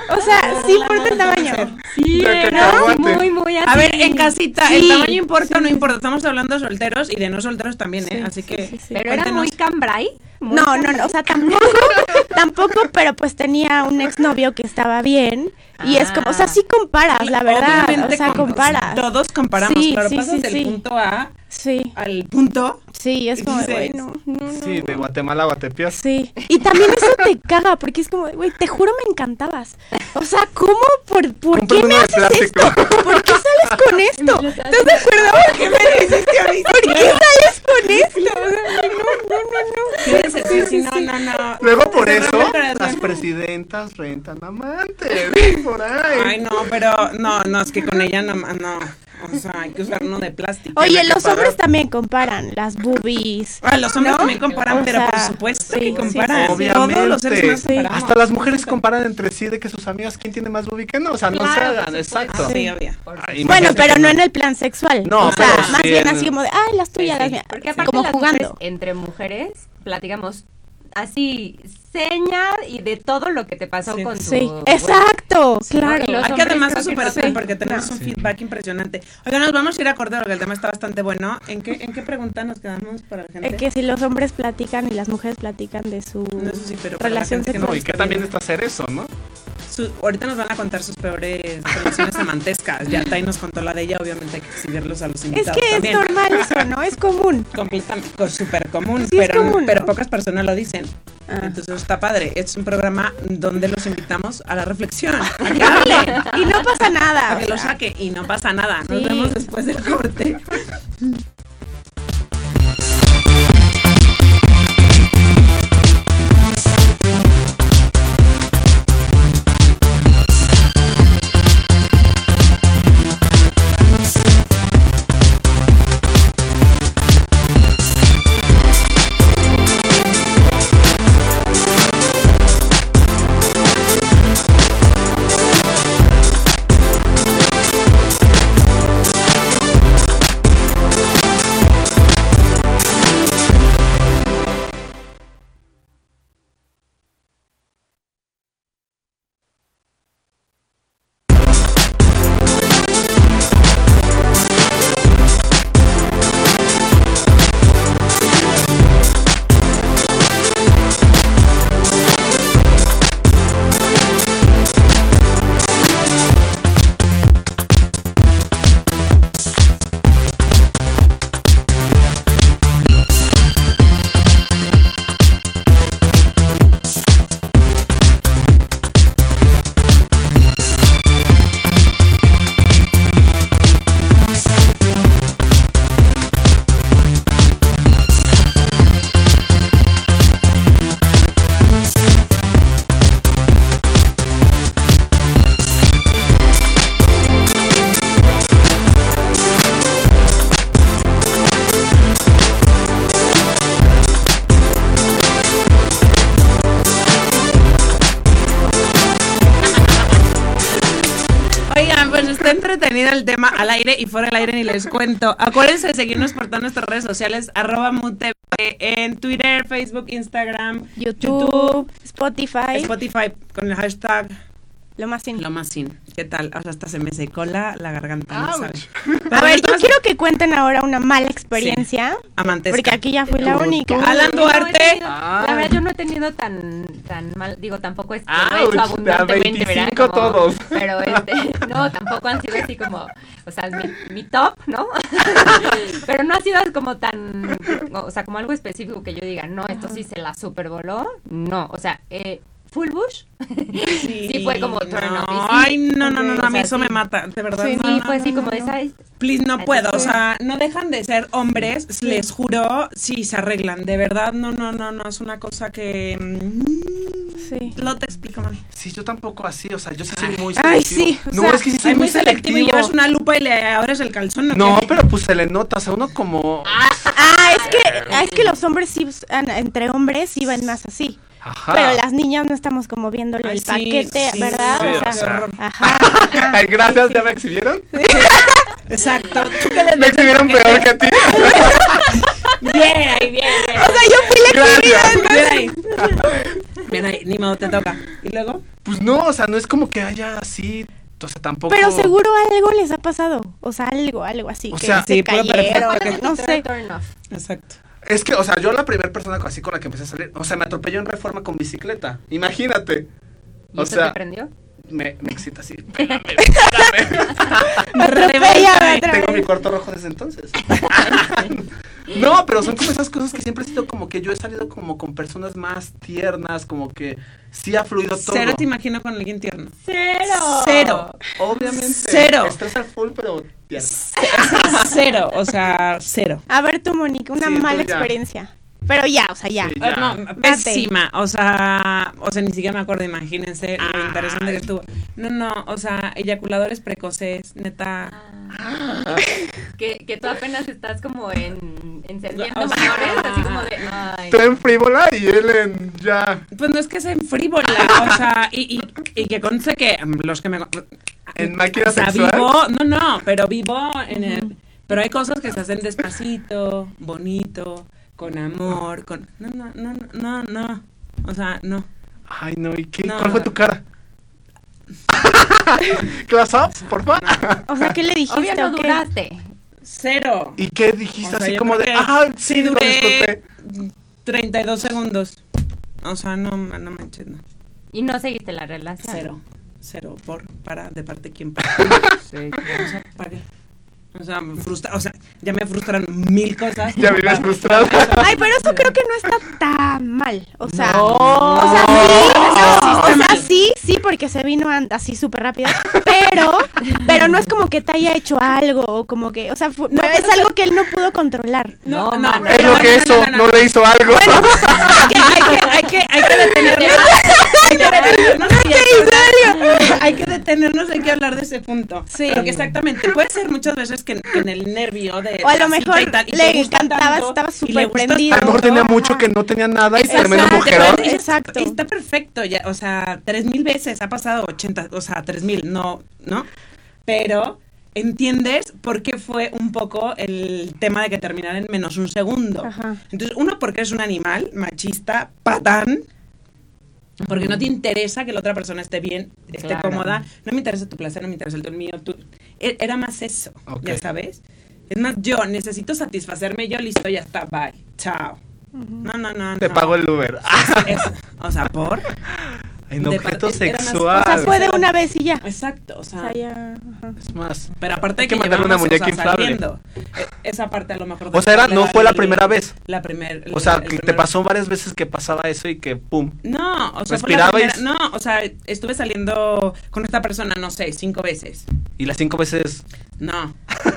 B: O sea, sí importa el tamaño.
D: Sí,
E: De
D: era
E: cacahuate.
D: muy, muy así.
A: A ver, en casita, ¿el
B: Sí,
A: tamaño importa o no
B: sí.
A: importa? Estamos hablando de solteros y de no solteros también, ¿eh? Así que.
B: sí, sí.
D: Pero era
A: cuéntenos.
D: muy cambrai. muy
B: No, no, no, o sea, tampoco, tampoco, pero pues tenía un exnovio que estaba bien. Y es como, o sea, sí comparas, la verdad.
A: Ah. Obviamente,
B: O sea,
A: con-
B: comparas.
A: Todos comparamos,
B: Sí,
A: pero
B: sí,
A: pasas
B: sí,
A: del
B: sí.
A: punto A
B: Sí,
A: al punto.
B: sí, es como,
A: Dices-
B: güey, no, no, no.
E: Sí, de Guatemala a Guatepias.
B: Sí, y también eso te caga, porque es como, güey, te juro me encantabas. O sea, ¿cómo? ¿Por, por
E: Compré
B: qué me
E: uno de
B: haces
E: plástico.
B: esto? ¿Por qué sales con esto?
D: lo
B: ¿Estás de acuerdo? ¿Por qué me hiciste ahorita? ¿Por qué sales con esto? O sea, No, no, no, no.
A: Quieres decir, si no, no, no.
E: Luego por
A: Se rompe
E: eso,
A: el corazón.
E: las presidentas rentan amantes. Por ahí.
A: Ay, no, pero no, no, es que con ella no, no. O sea, hay que usar uno de plástico.
B: Oye,
A: Tiene que
B: los
A: parar.
B: hombres también comparan las boobies.
A: Ah, los hombres también comparan,
B: O
A: pero por
B: sea,
A: supuesto
B: sí,
A: que
B: sí,
A: comparan.
B: sí.
E: Obviamente.
A: Todos los seres humanos
E: Sí.
A: comparamos.
E: Hasta las mujeres comparan entre sí de que sus amigas quién tiene más bubi que no. O sea, no se
D: Claro,
E: hagan,
D: por
E: exacto.
A: Ah, sí, obvio.
E: Ay,
B: Bueno,
E: imagínate
B: pero
E: que
B: no en el plan sexual.
E: No,
B: o sea,
E: pero
B: más
E: sí
B: bien
E: en-
B: así como de, ay, las tuyas, las mías.
D: Porque aparte
B: como
D: las
B: jugando.
D: mujeres, entre mujeres platicamos así seña y de todo lo que te pasó
A: Sí.
D: con tu
B: Sí, exacto, claro.
D: y los
A: Hay que
D: hombres
A: además
D: creo
A: es
D: que
A: súper
D: no
A: cool
D: sé.
A: porque tenemos un feedback impresionante. Oigan, nos vamos a ir a corte porque el tema está bastante bueno. ¿En qué, en qué pregunta nos quedamos para la gente?
B: Eh, que si los hombres platican y las mujeres platican de su
A: No, eso sí, pero para la
B: relación
A: gente que
B: sexual.
E: No, y que también está hacer eso, ¿no?
A: Su- ahorita nos van a contar sus peores relaciones amantescas. Ya Tai nos contó la de ella, obviamente hay que exhibirlos a los
B: Es
A: invitados
B: que es
A: también.
B: normal eso, ¿no? Es común.
A: Completamente, súper común,
B: Sí, es
A: pero,
B: común, ¿no?
A: pero pocas personas lo dicen.
B: Ah.
A: Entonces está padre. Es un programa donde los invitamos a la reflexión, a que hablen,
B: Dale, y no pasa nada.
A: a que
B: o
A: lo
B: sea.
A: saque y no pasa nada. Nos
B: Sí.
A: vemos después del corte. Oigan, pues está entretenido el tema al aire y fuera del aire ni les cuento. Acuérdense de seguirnos por todas nuestras redes sociales, arroba MUTV en Twitter, Facebook, Instagram,
B: YouTube, Spotify,
A: Spotify, con el hashtag
B: lo más sin.
A: Lo más sin. ¿Qué tal? O sea, hasta se me secó la, la garganta. No
E: Ouch.
A: sabes.
B: A ver, yo quiero que cuenten ahora una mala experiencia,
A: Amantes.
B: porque aquí ya fui la
E: Como
B: única.
E: tú.
A: Alan
D: No, he
A: Duarte.
D: tenido-
E: Ay.
D: la verdad, yo no he tenido tan, tan mal, digo, tampoco es que lo he
E: Ouch, de
D: hecho
E: a
D: abundantemente, ¿verdad?
E: 25 todos.
D: Pero este, no, tampoco han sido así como, o sea, mi, mi top, ¿no? pero no ha sido como tan, o sea, como algo específico que yo diga, no, esto sí se la supervoló, no, o sea, eh, Full Bush, sí, fue como turn
A: no.
D: off, y sí,
A: Ay, no, no, no, no, a mí
D: o sea,
A: eso
D: sí.
A: me mata, de verdad.
D: Sí, pues,
A: no, no,
D: fue así
A: no,
D: como
A: no.
D: de, ¿sabes?
A: Please, no
D: Así
A: puedo, o
D: fue.
A: sea, no dejan de ser hombres, les juro, sí, se arreglan, de verdad, no, no, no, no, es una cosa que... mm,
B: Sí.
A: No te explico, mami.
E: Sí, yo tampoco así, o sea, yo sí soy muy selectivo.
B: Ay, sí, o
E: No,
B: sea,
E: es que sí soy
A: Es
E: muy
A: muy selectivo y
E: selectivo.
A: llevas una lupa y le abres el calzón.
E: No,
A: qué?
E: pero pues se le nota, o sea, uno como...
B: Ah, es que, ah, es que los hombres sí, an- entre hombres sí van más así.
E: Ajá.
B: Pero las niñas no estamos como viéndole
A: Ay,
B: el
A: sí,
B: paquete,
A: sí,
B: ¿verdad?
E: sí,
B: O
E: o
B: sea,
E: sea.
B: ajá.
E: Ay, gracias, ¿ya me exhibieron?
A: Exacto.
E: Me exhibieron peor que a ti.
A: Bien. ni modo, te toca. ¿Y luego?
C: Pues no, o sea, no es como que haya así. O sea, tampoco.
B: Pero seguro algo les ha pasado. O sea, algo, algo así.
C: O
B: que
C: sea,
B: se
A: sí, puro
B: cayeron,
A: perfecto que-
B: no sé.
D: Turn off.
A: Exacto.
C: Es que, o sea, yo la primera persona así con la que empecé a salir, o sea, me atropelló en reforma con bicicleta. Imagínate.
D: ¿Y
C: O
D: eso
C: sea,
D: te prendió?
C: me, me excita así. Pégame, pégame.
B: Atropellame otra
C: Tengo mi
B: vez.
C: cuarto rojo desde entonces. no, pero son como esas cosas que siempre he sido como que yo he salido como con personas más tiernas, como que sí ha fluido todo.
A: Cero te imagino con alguien tierno.
D: ¡Cero!
A: Cero.
C: Obviamente.
A: Cero.
C: Estrés al full, pero tierno.
A: Cero, o sea, cero.
B: A ver tú, Mónica, una
C: Sí, tú
B: mala
C: ya.
B: experiencia. Pero ya, o sea, ya.
C: Sí,
A: Ah,
C: ya.
A: No,
B: Date.
A: pésima, o sea, o sea, ni siquiera me acuerdo, imagínense lo interesante que estuvo. No, no, o sea, eyaculadores precoces, neta.
E: Ah.
D: Que, que tú apenas estás como en, encendiendo
A: O sea,
D: valores, así como de. Ay,
E: Tú en frívola y él en ya.
A: Pues no es que sea en frívola, o sea, y, y, y que conste que mm, los que me...
E: En máquina
A: o sea,
E: sexual.
A: vivo, no, no, pero vivo en el... Pero hay cosas que se hacen despacito, bonito, con amor, con... No, no, no, no, no, o sea, no.
E: Ay, no, ¿y qué?
A: No,
E: ¿Cuál fue
A: no.
E: tu cara? Class ups, porfa.
B: O sea, ¿qué le dijiste?
D: obvio no
B: o qué?
D: duraste.
A: Cero.
E: ¿Y qué dijiste
A: O sea,
E: así
A: yo
E: como de,
A: creo que
E: ah,
A: sí
E: sí, lo
A: duré.
E: disfruté?
A: 32 segundos. O sea, no, ma- no manches, no.
D: Y no seguiste la relación.
A: Cero. Cero por, para, de parte, quién para.
D: Sí,
A: O sea, ¿para qué? O sea, me frustra, o sea, ya me frustran mil cosas.
E: Ya vives frustrada.
B: Ay, pero eso creo que no está tan mal. O sea,
E: No.
B: o sea, sí,
A: sí
B: o
A: está
B: sea,
A: mal.
B: sí, sí, porque se vino an- así súper rápido, pero, pero no es como que te haya hecho algo, o como que, o sea, fu- no, es algo que él no pudo controlar.
A: No, no,
D: mana.
E: Es lo
A: no,
E: que
A: no,
E: eso,
A: no, no,
E: no
A: no.
E: le hizo algo.
A: Hay que, hay que, hay que, hay que detenernos. Hay que detenernos. y hablar- Hay que detenernos, hay que hablar de ese punto. Sí. Porque exactamente, puede ser muchas veces que, que en el nervio de...
B: O a
A: de
B: lo
A: la cita
B: mejor
A: y tal, y
B: le
A: te gusta
B: encantaba,
A: tanto,
B: estaba
A: y le
B: súper
A: gustas
B: prendido.
E: A lo mejor
A: tanto,
E: tenía mucho que no tenía nada y tremendo
B: Exacto.
E: mujerón.
A: Entonces,
B: Exacto.
A: Está perfecto, ya, o sea, tres mil veces ha pasado 80, o sea, tres mil, no, ¿no? Pero entiendes por qué fue un poco el tema de que terminara en menos un segundo.
B: Ajá.
A: Entonces, uno, porque es un animal machista, patán, porque no te interesa que la otra persona esté bien, esté
D: Claro.
A: cómoda, no me interesa tu placer, no me interesa el tuyo, el mío, tú. E- Era más eso,
E: Ok.
A: ya sabes. Es más, yo necesito satisfacerme, yo listo, ya está, bye, chao. No, no, no.
E: Te
A: no.
E: pago el Uber.
A: Es- o sea, por.
E: En
A: Ah, de
E: objeto
A: parte- era más- pues,
E: sexual.
B: O sea, fue de una vez y ya.
A: Exacto, o sea.
B: O sea, ya, ajá.
E: Es más.
A: Pero aparte de
E: Hay
A: que,
E: que mandarle
A: llevamos,
E: una
A: o sea,
E: muñeca inflable.
A: saliendo, e- Esa parte a lo mejor.
E: O sea, era- no fue la primera vez.
A: La primera.
E: O sea, que te pasó varias veces que pasaba eso y que pum.
A: No, o sea, fue la
E: Respirabais.
A: primera- no, o sea, estuve saliendo con esta persona, no sé, cinco veces.
E: Y las cinco veces.
A: No,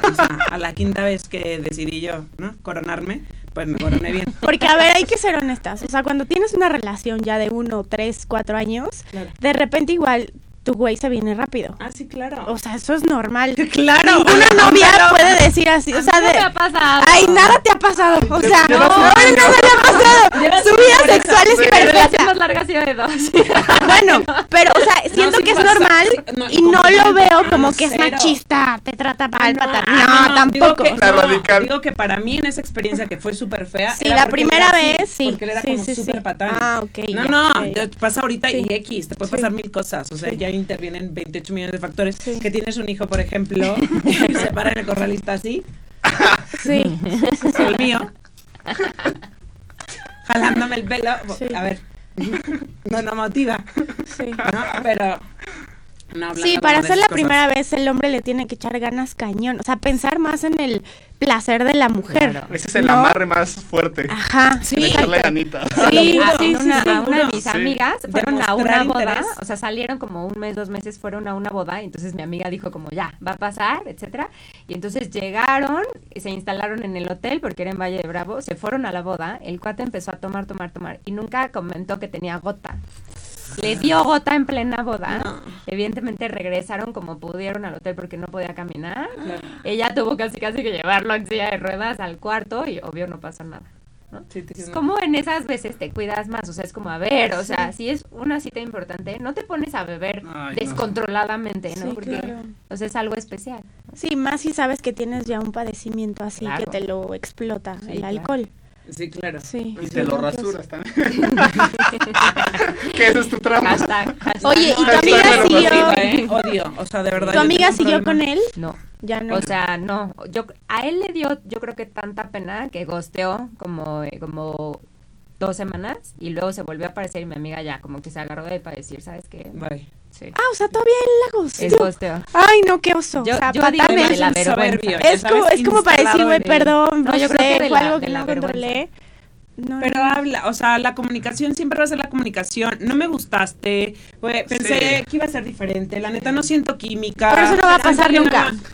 A: o sea, a la quinta vez que decidí yo, ¿no? Coronarme, pues me coroné bien.
B: Porque, a ver, hay que ser honestas. O sea, cuando tienes una relación ya de uno, tres, cuatro años,
A: Claro.
B: de repente igual tu güey se viene rápido.
A: Ah, sí, claro.
B: O sea, eso es normal.
A: claro.
B: Una novia puede decir así. O sea,
D: ¿Qué te ha
B: de.
D: pasado?
B: Ay, nada te ha pasado. O sea, no,
E: Llevas un
B: nada
E: año.
B: le ha pasado.
A: Llevas
B: Su
A: un
B: vida
A: año.
B: sexual es
D: La relación
B: perfecta.
D: más larga ha sido de dos.
B: Bueno, pero, o sea, siento
A: sí
B: que es
A: pasa.
B: normal
A: No,
B: y no lo
A: completamente.
B: veo
A: Ah,
B: como
A: no,
B: que es
A: cero.
B: machista, te trata mal,
A: no,
B: pata-
A: ah,
B: No,
A: digo
B: tampoco.
A: que-
E: La radical.
A: Digo que para mí en esa experiencia que fue súper fea.
B: Sí,
A: era
B: la
A: porque él
B: primera
A: era así,
B: vez, sí,
A: Porque él era
B: sí,
A: como
B: sí, sí.
A: súper patán.
B: Ah, ok,
A: No,
B: ya,
A: no,
B: ya, ya.
A: te pasa ahorita
B: Sí.
A: y X, te puede
B: Sí.
A: pasar mil cosas. O sea, ya intervienen 28 millones de factores.
B: Sí.
A: Que tienes un hijo, por ejemplo, y se para en el corralista así,
B: Sí.
A: el mío, jalándome el pelo.
B: Sí.
A: A ver, no, no motiva,
B: Sí.
A: ¿no? Pero. no, hablando
B: Sí,
A: como
B: para
A: de esas
B: ser la
A: cosas.
B: primera vez el hombre le tiene que echar ganas cañón, o sea, pensar más en el placer de la mujer.
E: Ese es el
B: ¿no?
E: amarre más fuerte.
A: Ah,
B: Ajá.
A: Sí.
E: En echarle
B: exacto.
E: ganitas.
A: Lo
D: Sí,
A: juro.
D: a-
A: Sí,
D: a
A: sí,
D: una,
A: sí,
D: a una de
A: juro.
D: mis
E: Sí.
D: amigas fueron a
A: Demostrar
D: una boda,
A: interés.
D: o sea, salieron como un mes, dos meses, fueron a una boda, y entonces mi amiga dijo como ya, va a pasar, etcétera, y entonces llegaron, se instalaron en el hotel porque era en Valle de Bravo, se fueron a la boda, el cuate empezó a tomar, tomar, tomar, y nunca comentó que tenía gota. Le dio gota en plena boda.
A: No.
D: Evidentemente regresaron como pudieron al hotel porque no podía caminar.
A: Claro.
D: Ella tuvo casi casi que llevarlo en silla de ruedas al cuarto y obvio no pasó nada. ¿no?
A: Sí, te
D: Es
A: entiendo.
D: como en esas veces te cuidas más, o sea, es como, a ver, o sea, si es una cita importante, no te pones a beber
E: Ay, no.
D: descontroladamente, ¿no?
B: Sí,
D: Porque,
B: claro.
D: o sea, es algo especial.
B: Sí, más si sabes que tienes ya un padecimiento así
D: Claro.
B: que te lo explota
D: Sí,
B: el
D: claro.
B: alcohol.
A: Sí, claro.
B: Sí.
E: Y te lo
B: Qué asco.
E: rasuras también. que ese es tu trampa.
D: Hashtag, hashtag.
B: Oye, ¿y tu
E: Hashtag
B: amiga
E: me lo
B: siguió?
A: Odio, ¿eh? Odio. O sea, de verdad.
B: ¿Tu
A: yo
B: amiga
A: tengo un
B: siguió con
A: problema.
B: él?
D: No.
B: Ya no.
D: O sea, no, yo a él le dio, yo creo que tanta pena que gosteó como, eh, como dos semanas y luego se volvió a aparecer y mi amiga ya como que se agarró de ahí para decir, ¿sabes qué?
A: Bye.
D: Sí,
B: ah, o sea, todavía él la
D: es
B: gustó.
D: gosteo.
B: Ay, no, qué oso.
D: Yo-
B: o sea,
D: yo
B: fatal,
D: digo que
B: me-
D: de la vergüenza.
A: soberbio, ya
B: Es
A: sabes,
B: como, es como para decir,
A: instalado
B: güey,
A: en él.
B: perdón, no,
D: No, yo
B: sé,
D: creo que de
B: fue
D: la-
B: algo
D: de
B: que
D: la
B: no
D: vergüenza.
B: controlé. No,
A: Pero habla, o sea, la comunicación siempre va a ser la comunicación. No me gustaste, güey, pensé
E: Sí.
A: que iba a ser diferente. La neta no siento química.
B: Pero eso no va a
A: Pero
B: pasar
A: antes yo
B: nunca.
A: nada-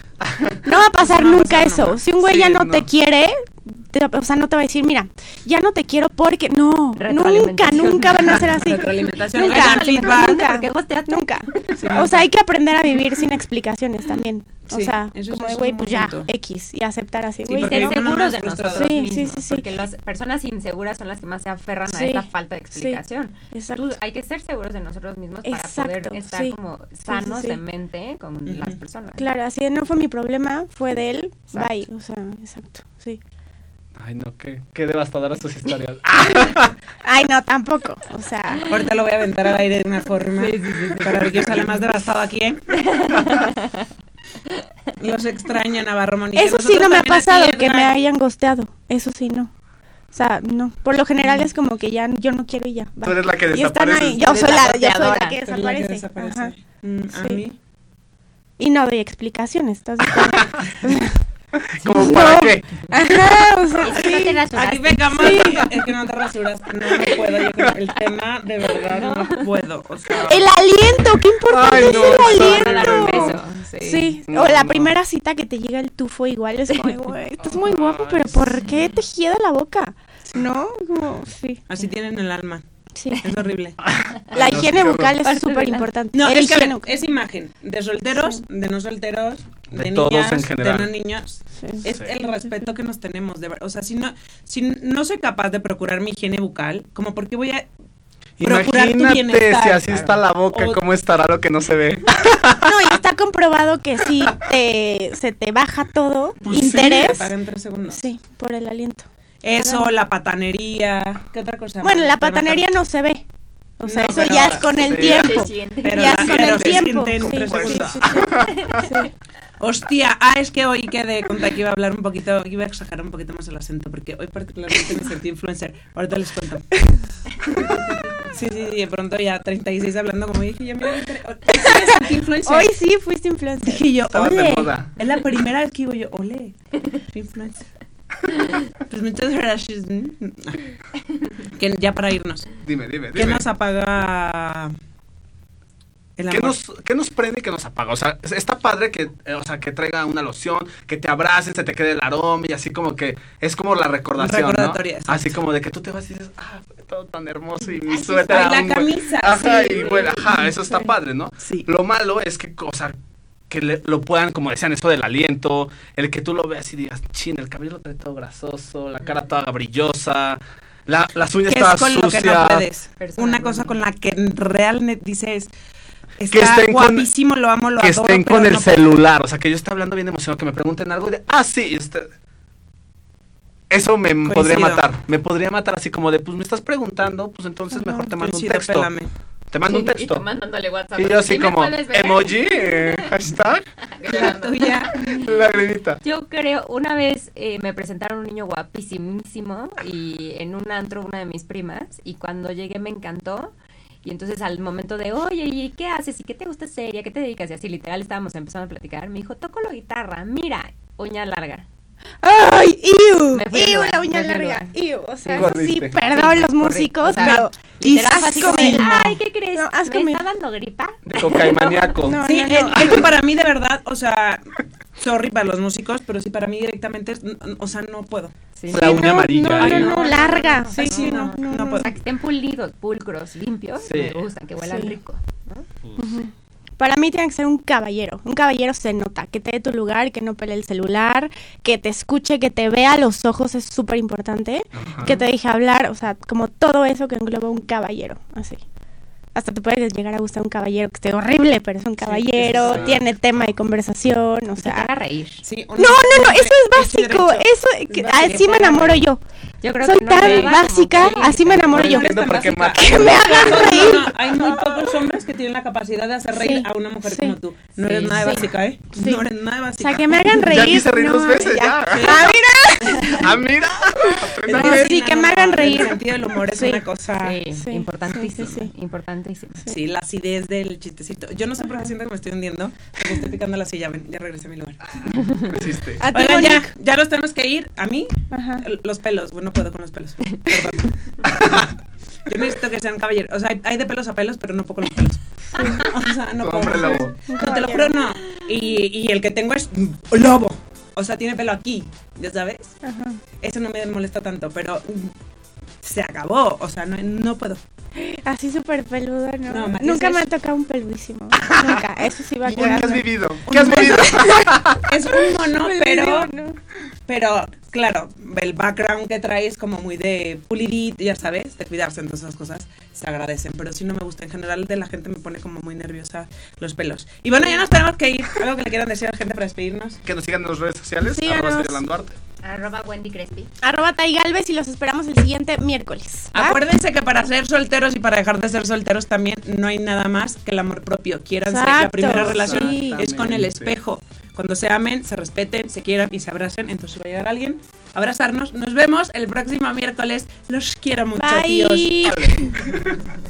B: No va a pasar
A: No va a
B: nunca
A: pasar
B: eso.
A: nunca.
B: Si un güey
E: Sí,
B: ya no,
E: no.
B: te quiere, te- o sea, no te va a decir, mira, ya no te quiero porque no, nunca,
D: Retroalimentación.
B: nunca van a ser así.
A: Retroalimentación,
B: Nunca,
A: hagan feedback.
B: nunca,
D: Porque gosteaste.
B: nunca. O sea, hay que aprender a vivir sin explicaciones también. O
A: Sí,
B: sea,
A: eso
B: como
A: es
B: de
A: un
B: güey,
A: buen
B: pues ya,
A: punto.
B: X, y aceptar así,
A: Sí,
B: güey.
A: porque
D: Ser
A: no
B: pero-
A: uno
D: seguros
A: más
D: de
A: frustrado.
D: nosotros
B: Sí,
D: mismos,
B: sí, sí, sí.
D: porque las personas inseguras son las que más se aferran
B: Sí,
D: a esta falta de
B: sí.
D: explicación.
B: Exacto.
D: Hay que ser seguros de nosotros mismos para
B: Exacto,
D: poder estar
B: sí.
D: como
B: Sí, sí,
D: sanos
B: sí.
D: de mente con las
A: Ujú.
D: personas.
B: Claro, así de no fue mi problema, fue de él,
D: Exacto.
B: bye. O sea, exacto, sí.
C: Ay, no, qué, qué devastadoras tus historias.
A: Ah,
B: Ay, no, tampoco. O sea,
A: Ahorita lo voy a aventar al aire de una forma para ver quién sale más devastado aquí, ¿eh? Los extraño, Navarro Monique.
B: eso sí
A: Nosotros
B: no me ha
A: también aquí
B: pasado
A: en
B: que me
A: la-
B: hayan gosteado. Eso sí no. O sea, no. Por lo general es como que ya yo no quiero y ya. bye.
E: Tú eres la que
B: y están ahí.
E: desapareces.
B: Yo
D: Eres
B: soy
D: la
B: la, yo soy la
D: goteadora.
B: que
A: Tú eres la que
B: desaparece.
A: desaparece.
B: Ajá.
A: Mm, A
B: Sí.
A: mí.
B: Y no doy explicaciones, ¿estás de acuerdo?
E: ¿Como para
B: No.
E: qué?
B: Ajá, o sea,
D: Es que no
B: sí.
D: te rasuraste.
A: Aquí pegamos. Es que no te rasuras. No, no puedo. Yo con el tema, de verdad, no puedo. O sea,
B: El aliento, qué importante
E: Ay, no,
B: es
E: no,
B: el
D: Para dar un beso,
B: aliento.
D: sí.
B: Sí,
E: No,
B: o la
E: no.
B: primera cita que te llega el tufo igual es como, güey, estás muy guapo, pero ¿por qué te gira la boca? ¿No? Como, sí,
A: así tienen el alma.
B: sí.
A: Es horrible.
B: La
E: no,
B: higiene
E: qué horror.
B: bucal es
D: Parte de
B: súper
D: la-
B: importante.
A: No,
B: El
A: es que a ver,
B: higiene bucal.
A: es imagen de solteros, de no solteros, de,
C: De
A: niñas,
C: todos en general.
A: de no niños.
B: Sí.
A: Es el respeto que nos tenemos, de ver- o sea, si no, si no soy capaz de procurar mi higiene bucal, como porque voy a Procurar tu
E: Imagínate
A: bienestar,
E: si así
A: claro.
E: está la boca,
A: O-
E: ¿cómo estará lo que no se ve?
B: No, y está comprobado que si te, se te baja todo,
A: Pues sí, me
B: interés,
A: apagan tres segundos.
B: sí, por el aliento.
A: Eso, la patanería, ¿qué otra cosa?
B: Bueno, la
A: Te bajan-
B: patanería no se ve. O sea,
A: No,
B: eso
A: pero-
B: ya es con el
E: sí.
B: tiempo.
A: Pero
B: ya
A: la-
B: es con
A: pero
B: el
A: se
B: tiempo.
A: siente en
B: Sí,
A: tres
B: sí,
A: segundos.
B: sí, sí.
A: Hostia, ah, es que hoy que de contar que iba a hablar un poquito, que iba a exagerar un poquito más el acento, porque hoy particularmente me sentí influencer. Ahorita les cuento. Sí, sí, sí, de pronto ya 36 hablando, como dije, ya me voy a meter- Sí me sentí influencer.
B: Hoy sí fuiste influencer.
A: Dije yo,
E: Estabas de
A: ole.
E: moda.
A: Es la primera vez que digo yo, ole, soy influencer. Pues muchas gracias. Que ya para irnos.
E: Dime, dime,
A: ¿Qué
E: dime.
A: nos apaga el
E: ¿Qué
A: amor?
E: nos, ¿Qué nos prende y qué nos apaga? O sea, es- está padre que, eh, o sea, que traiga una loción, que te abracen, se te quede el aroma y así como que es como la recordación. ¿no?
A: Recordatoria, exacto.
E: Así como de que tú te vas y dices, ah, fue todo tan hermoso y mi
A: Ay, sí,
E: suéter.
A: y la
E: aún, güey".
A: camisa,
E: Ajá,
A: sí,
E: y
A: güey.
E: bueno, ajá, eso está padre, ¿no?
A: Sí.
E: Lo malo es que, o sea, que le- lo puedan, como decían, esto del aliento, el que tú lo veas y digas, chin, el cabello lo trae todo grasoso, la cara toda brillosa, la, las uñas
A: que es
E: todas
A: con
E: sucias.
A: lo que no puedes. Una
D: Personalmente.
A: cosa con la que realmente dices, está
E: Que estén con-
A: guapísimo, lo amo, lo
E: que
A: adoro,
E: estén
A: pero
E: con el
A: no puedo.
E: celular. O sea, que yo esté hablando bien emocionado, que me pregunten algo de, ah, sí, y usted... Eso me
A: Coincido.
E: podría matar. Me podría matar así como de, pues me estás preguntando, pues entonces mejor te mando
A: Coincido,
E: un texto.
A: pélame.
E: Te mando un
D: Y
E: texto.
D: tú mandándole WhatsApp.
E: Y yo así
D: ¿Sí me
E: como,
D: puedes ver?
E: emoji, eh, hashtag,
A: La tuya.
E: lagrimita.
D: Yo creo, una vez eh, me presentaron un niño guapísimísimo y en un antro una de mis primas y cuando llegué me encantó y entonces al momento de, oye, ¿y qué haces? ¿Y qué te gusta hacer? ¿Y a qué te dedicas? Y así literal estábamos empezando a platicar, me dijo, toco la guitarra, mira, uña larga.
B: ¡Ay, iu!
D: Me fui al
B: ¡Iu,
D: lugar,
B: la uña
D: me fui al
B: larga!
D: lugar.
B: ¡Iu! O sea, eso
E: Sí,
B: sí,
E: corriste.
B: perdón los músicos,
D: O sea,
B: pero...
D: Literal
B: qué
D: fue así como,
B: asco.
D: de, ay, ¿qué crees?
B: No, asco
D: ¿Me
B: me-
D: está dando gripa?
E: De cocaimaniaco.
B: No,
A: Sí,
B: no,
A: eh,
B: no.
A: es que para mí de verdad, o sea, sorry para los músicos, pero sí para mí directamente, es, n- n- o sea, no puedo.
D: Sí,
E: La uña amarilla,
B: No, no,
E: eh.
B: no, larga. Sí,
A: Ay,
B: sí, no. no, no.
D: O sea, que estén pulidos, pulcros, limpios,
E: Sí.
D: me gustan, que huelan
B: Sí.
D: rico.
E: Pues,
B: Para mí tiene que ser un caballero. Un caballero se nota, que te dé tu lugar, que no pelee el celular, que te escuche, que te vea a los ojos, es súper
E: pues,
B: importante. Que te deje hablar, o sea, como todo eso que engloba un caballero, así. hasta te puede llegar a gustar un caballero que esté horrible, pero es un caballero,
A: sí.
B: tiene tema de conversación, o
D: Se te
B: sea...
D: haga reír.
A: Sí,
B: No, no, no, eso es básico, eso, que- así me enamoro yo.
D: Yo creo
B: Soy
D: que no
B: tan
D: me va como
B: básica,
D: que-
B: así me enamoro yo.
C: entiendo por qué
B: Que me hagan reír.
A: Hay muy pocos hombres que tienen la capacidad de hacer reír
B: Sí,
A: a una mujer
B: sí.
A: como tú. No
D: Sí,
A: eres nada de
D: sí.
A: básica, ¿eh?
B: Sí.
A: No eres nada de
B: O
A: básica.
B: sea, que me hagan reír.
C: Ya quise reír dos
B: no,
C: veces, ya.
B: Ah, mira.
C: Ah, mira.
A: Es
C: Apréndale.
A: decir,
B: Sí, que me hagan reír.
A: El sentido del humor es
B: Sí.
A: una cosa...
D: Sí,
B: Sí,
D: importantísimo,
B: sí, sí,
D: importantísimo.
A: Sí, la acidez del chistecito. Yo no sé por qué siento que me estoy hundiendo. Porque estoy picando la silla. Ven, ya regresé a mi lugar.
C: Hiciste.
B: A ti,
A: Oigan,
B: Monique.
A: ya, ya los tenemos que ir. A mí,
B: Ajá.
A: L- Los pelos, bueno, no puedo con los pelos. Perdón. Yo necesito que sean caballeros. O sea, hay- hay de pelos a pelos, pero no puedo con los pelos. O sea, no
C: Tu
A: puedo.
C: hombre lobo.
A: No, te lo juro, no. Y, y el que tengo es mm, lobo. O sea, tiene pelo aquí, ¿ya sabes?
B: Ajá.
A: Eso no me molesta tanto, pero mm, se acabó. O sea, no, no puedo.
B: Así súper peludo, ¿no?
A: No, María,
B: Nunca me ha
A: ¿sabes?
B: tocado un peludísimo. Nunca. Eso sí va a
C: ¿Qué
B: quedar.
C: has vivido? ¿Qué has vivido?
A: Es un mono, pero,
B: No.
A: pero claro, el background que trae es como muy de pulidito, ya sabes, de cuidarse, entonces esas cosas se agradecen. Pero sí no me gusta. En general, de la gente me pone como muy nerviosa los pelos. Y bueno, ya nos tenemos que ir. Algo que le quieran decir a la gente para despedirnos.
C: Que nos sigan en las redes sociales.
B: Síganos.
C: Arroba Sofía Landuarte.
D: Arroba Wendy Crespi.
B: Arroba Tai Galvez y los esperamos el siguiente miércoles. ¿va?
A: Acuérdense que para ser solteros y para dejar de ser solteros también no hay nada más que el amor propio. Quieran ser la
B: Exacto,
A: primera relación
B: sí.
A: es con el
C: Exactamente.
A: espejo. Cuando se amen, se respeten, se quieran y se abracen, entonces va a llegar alguien a abrazarnos. Nos vemos el próximo miércoles. Los quiero mucho,
B: Bye.
A: tíos.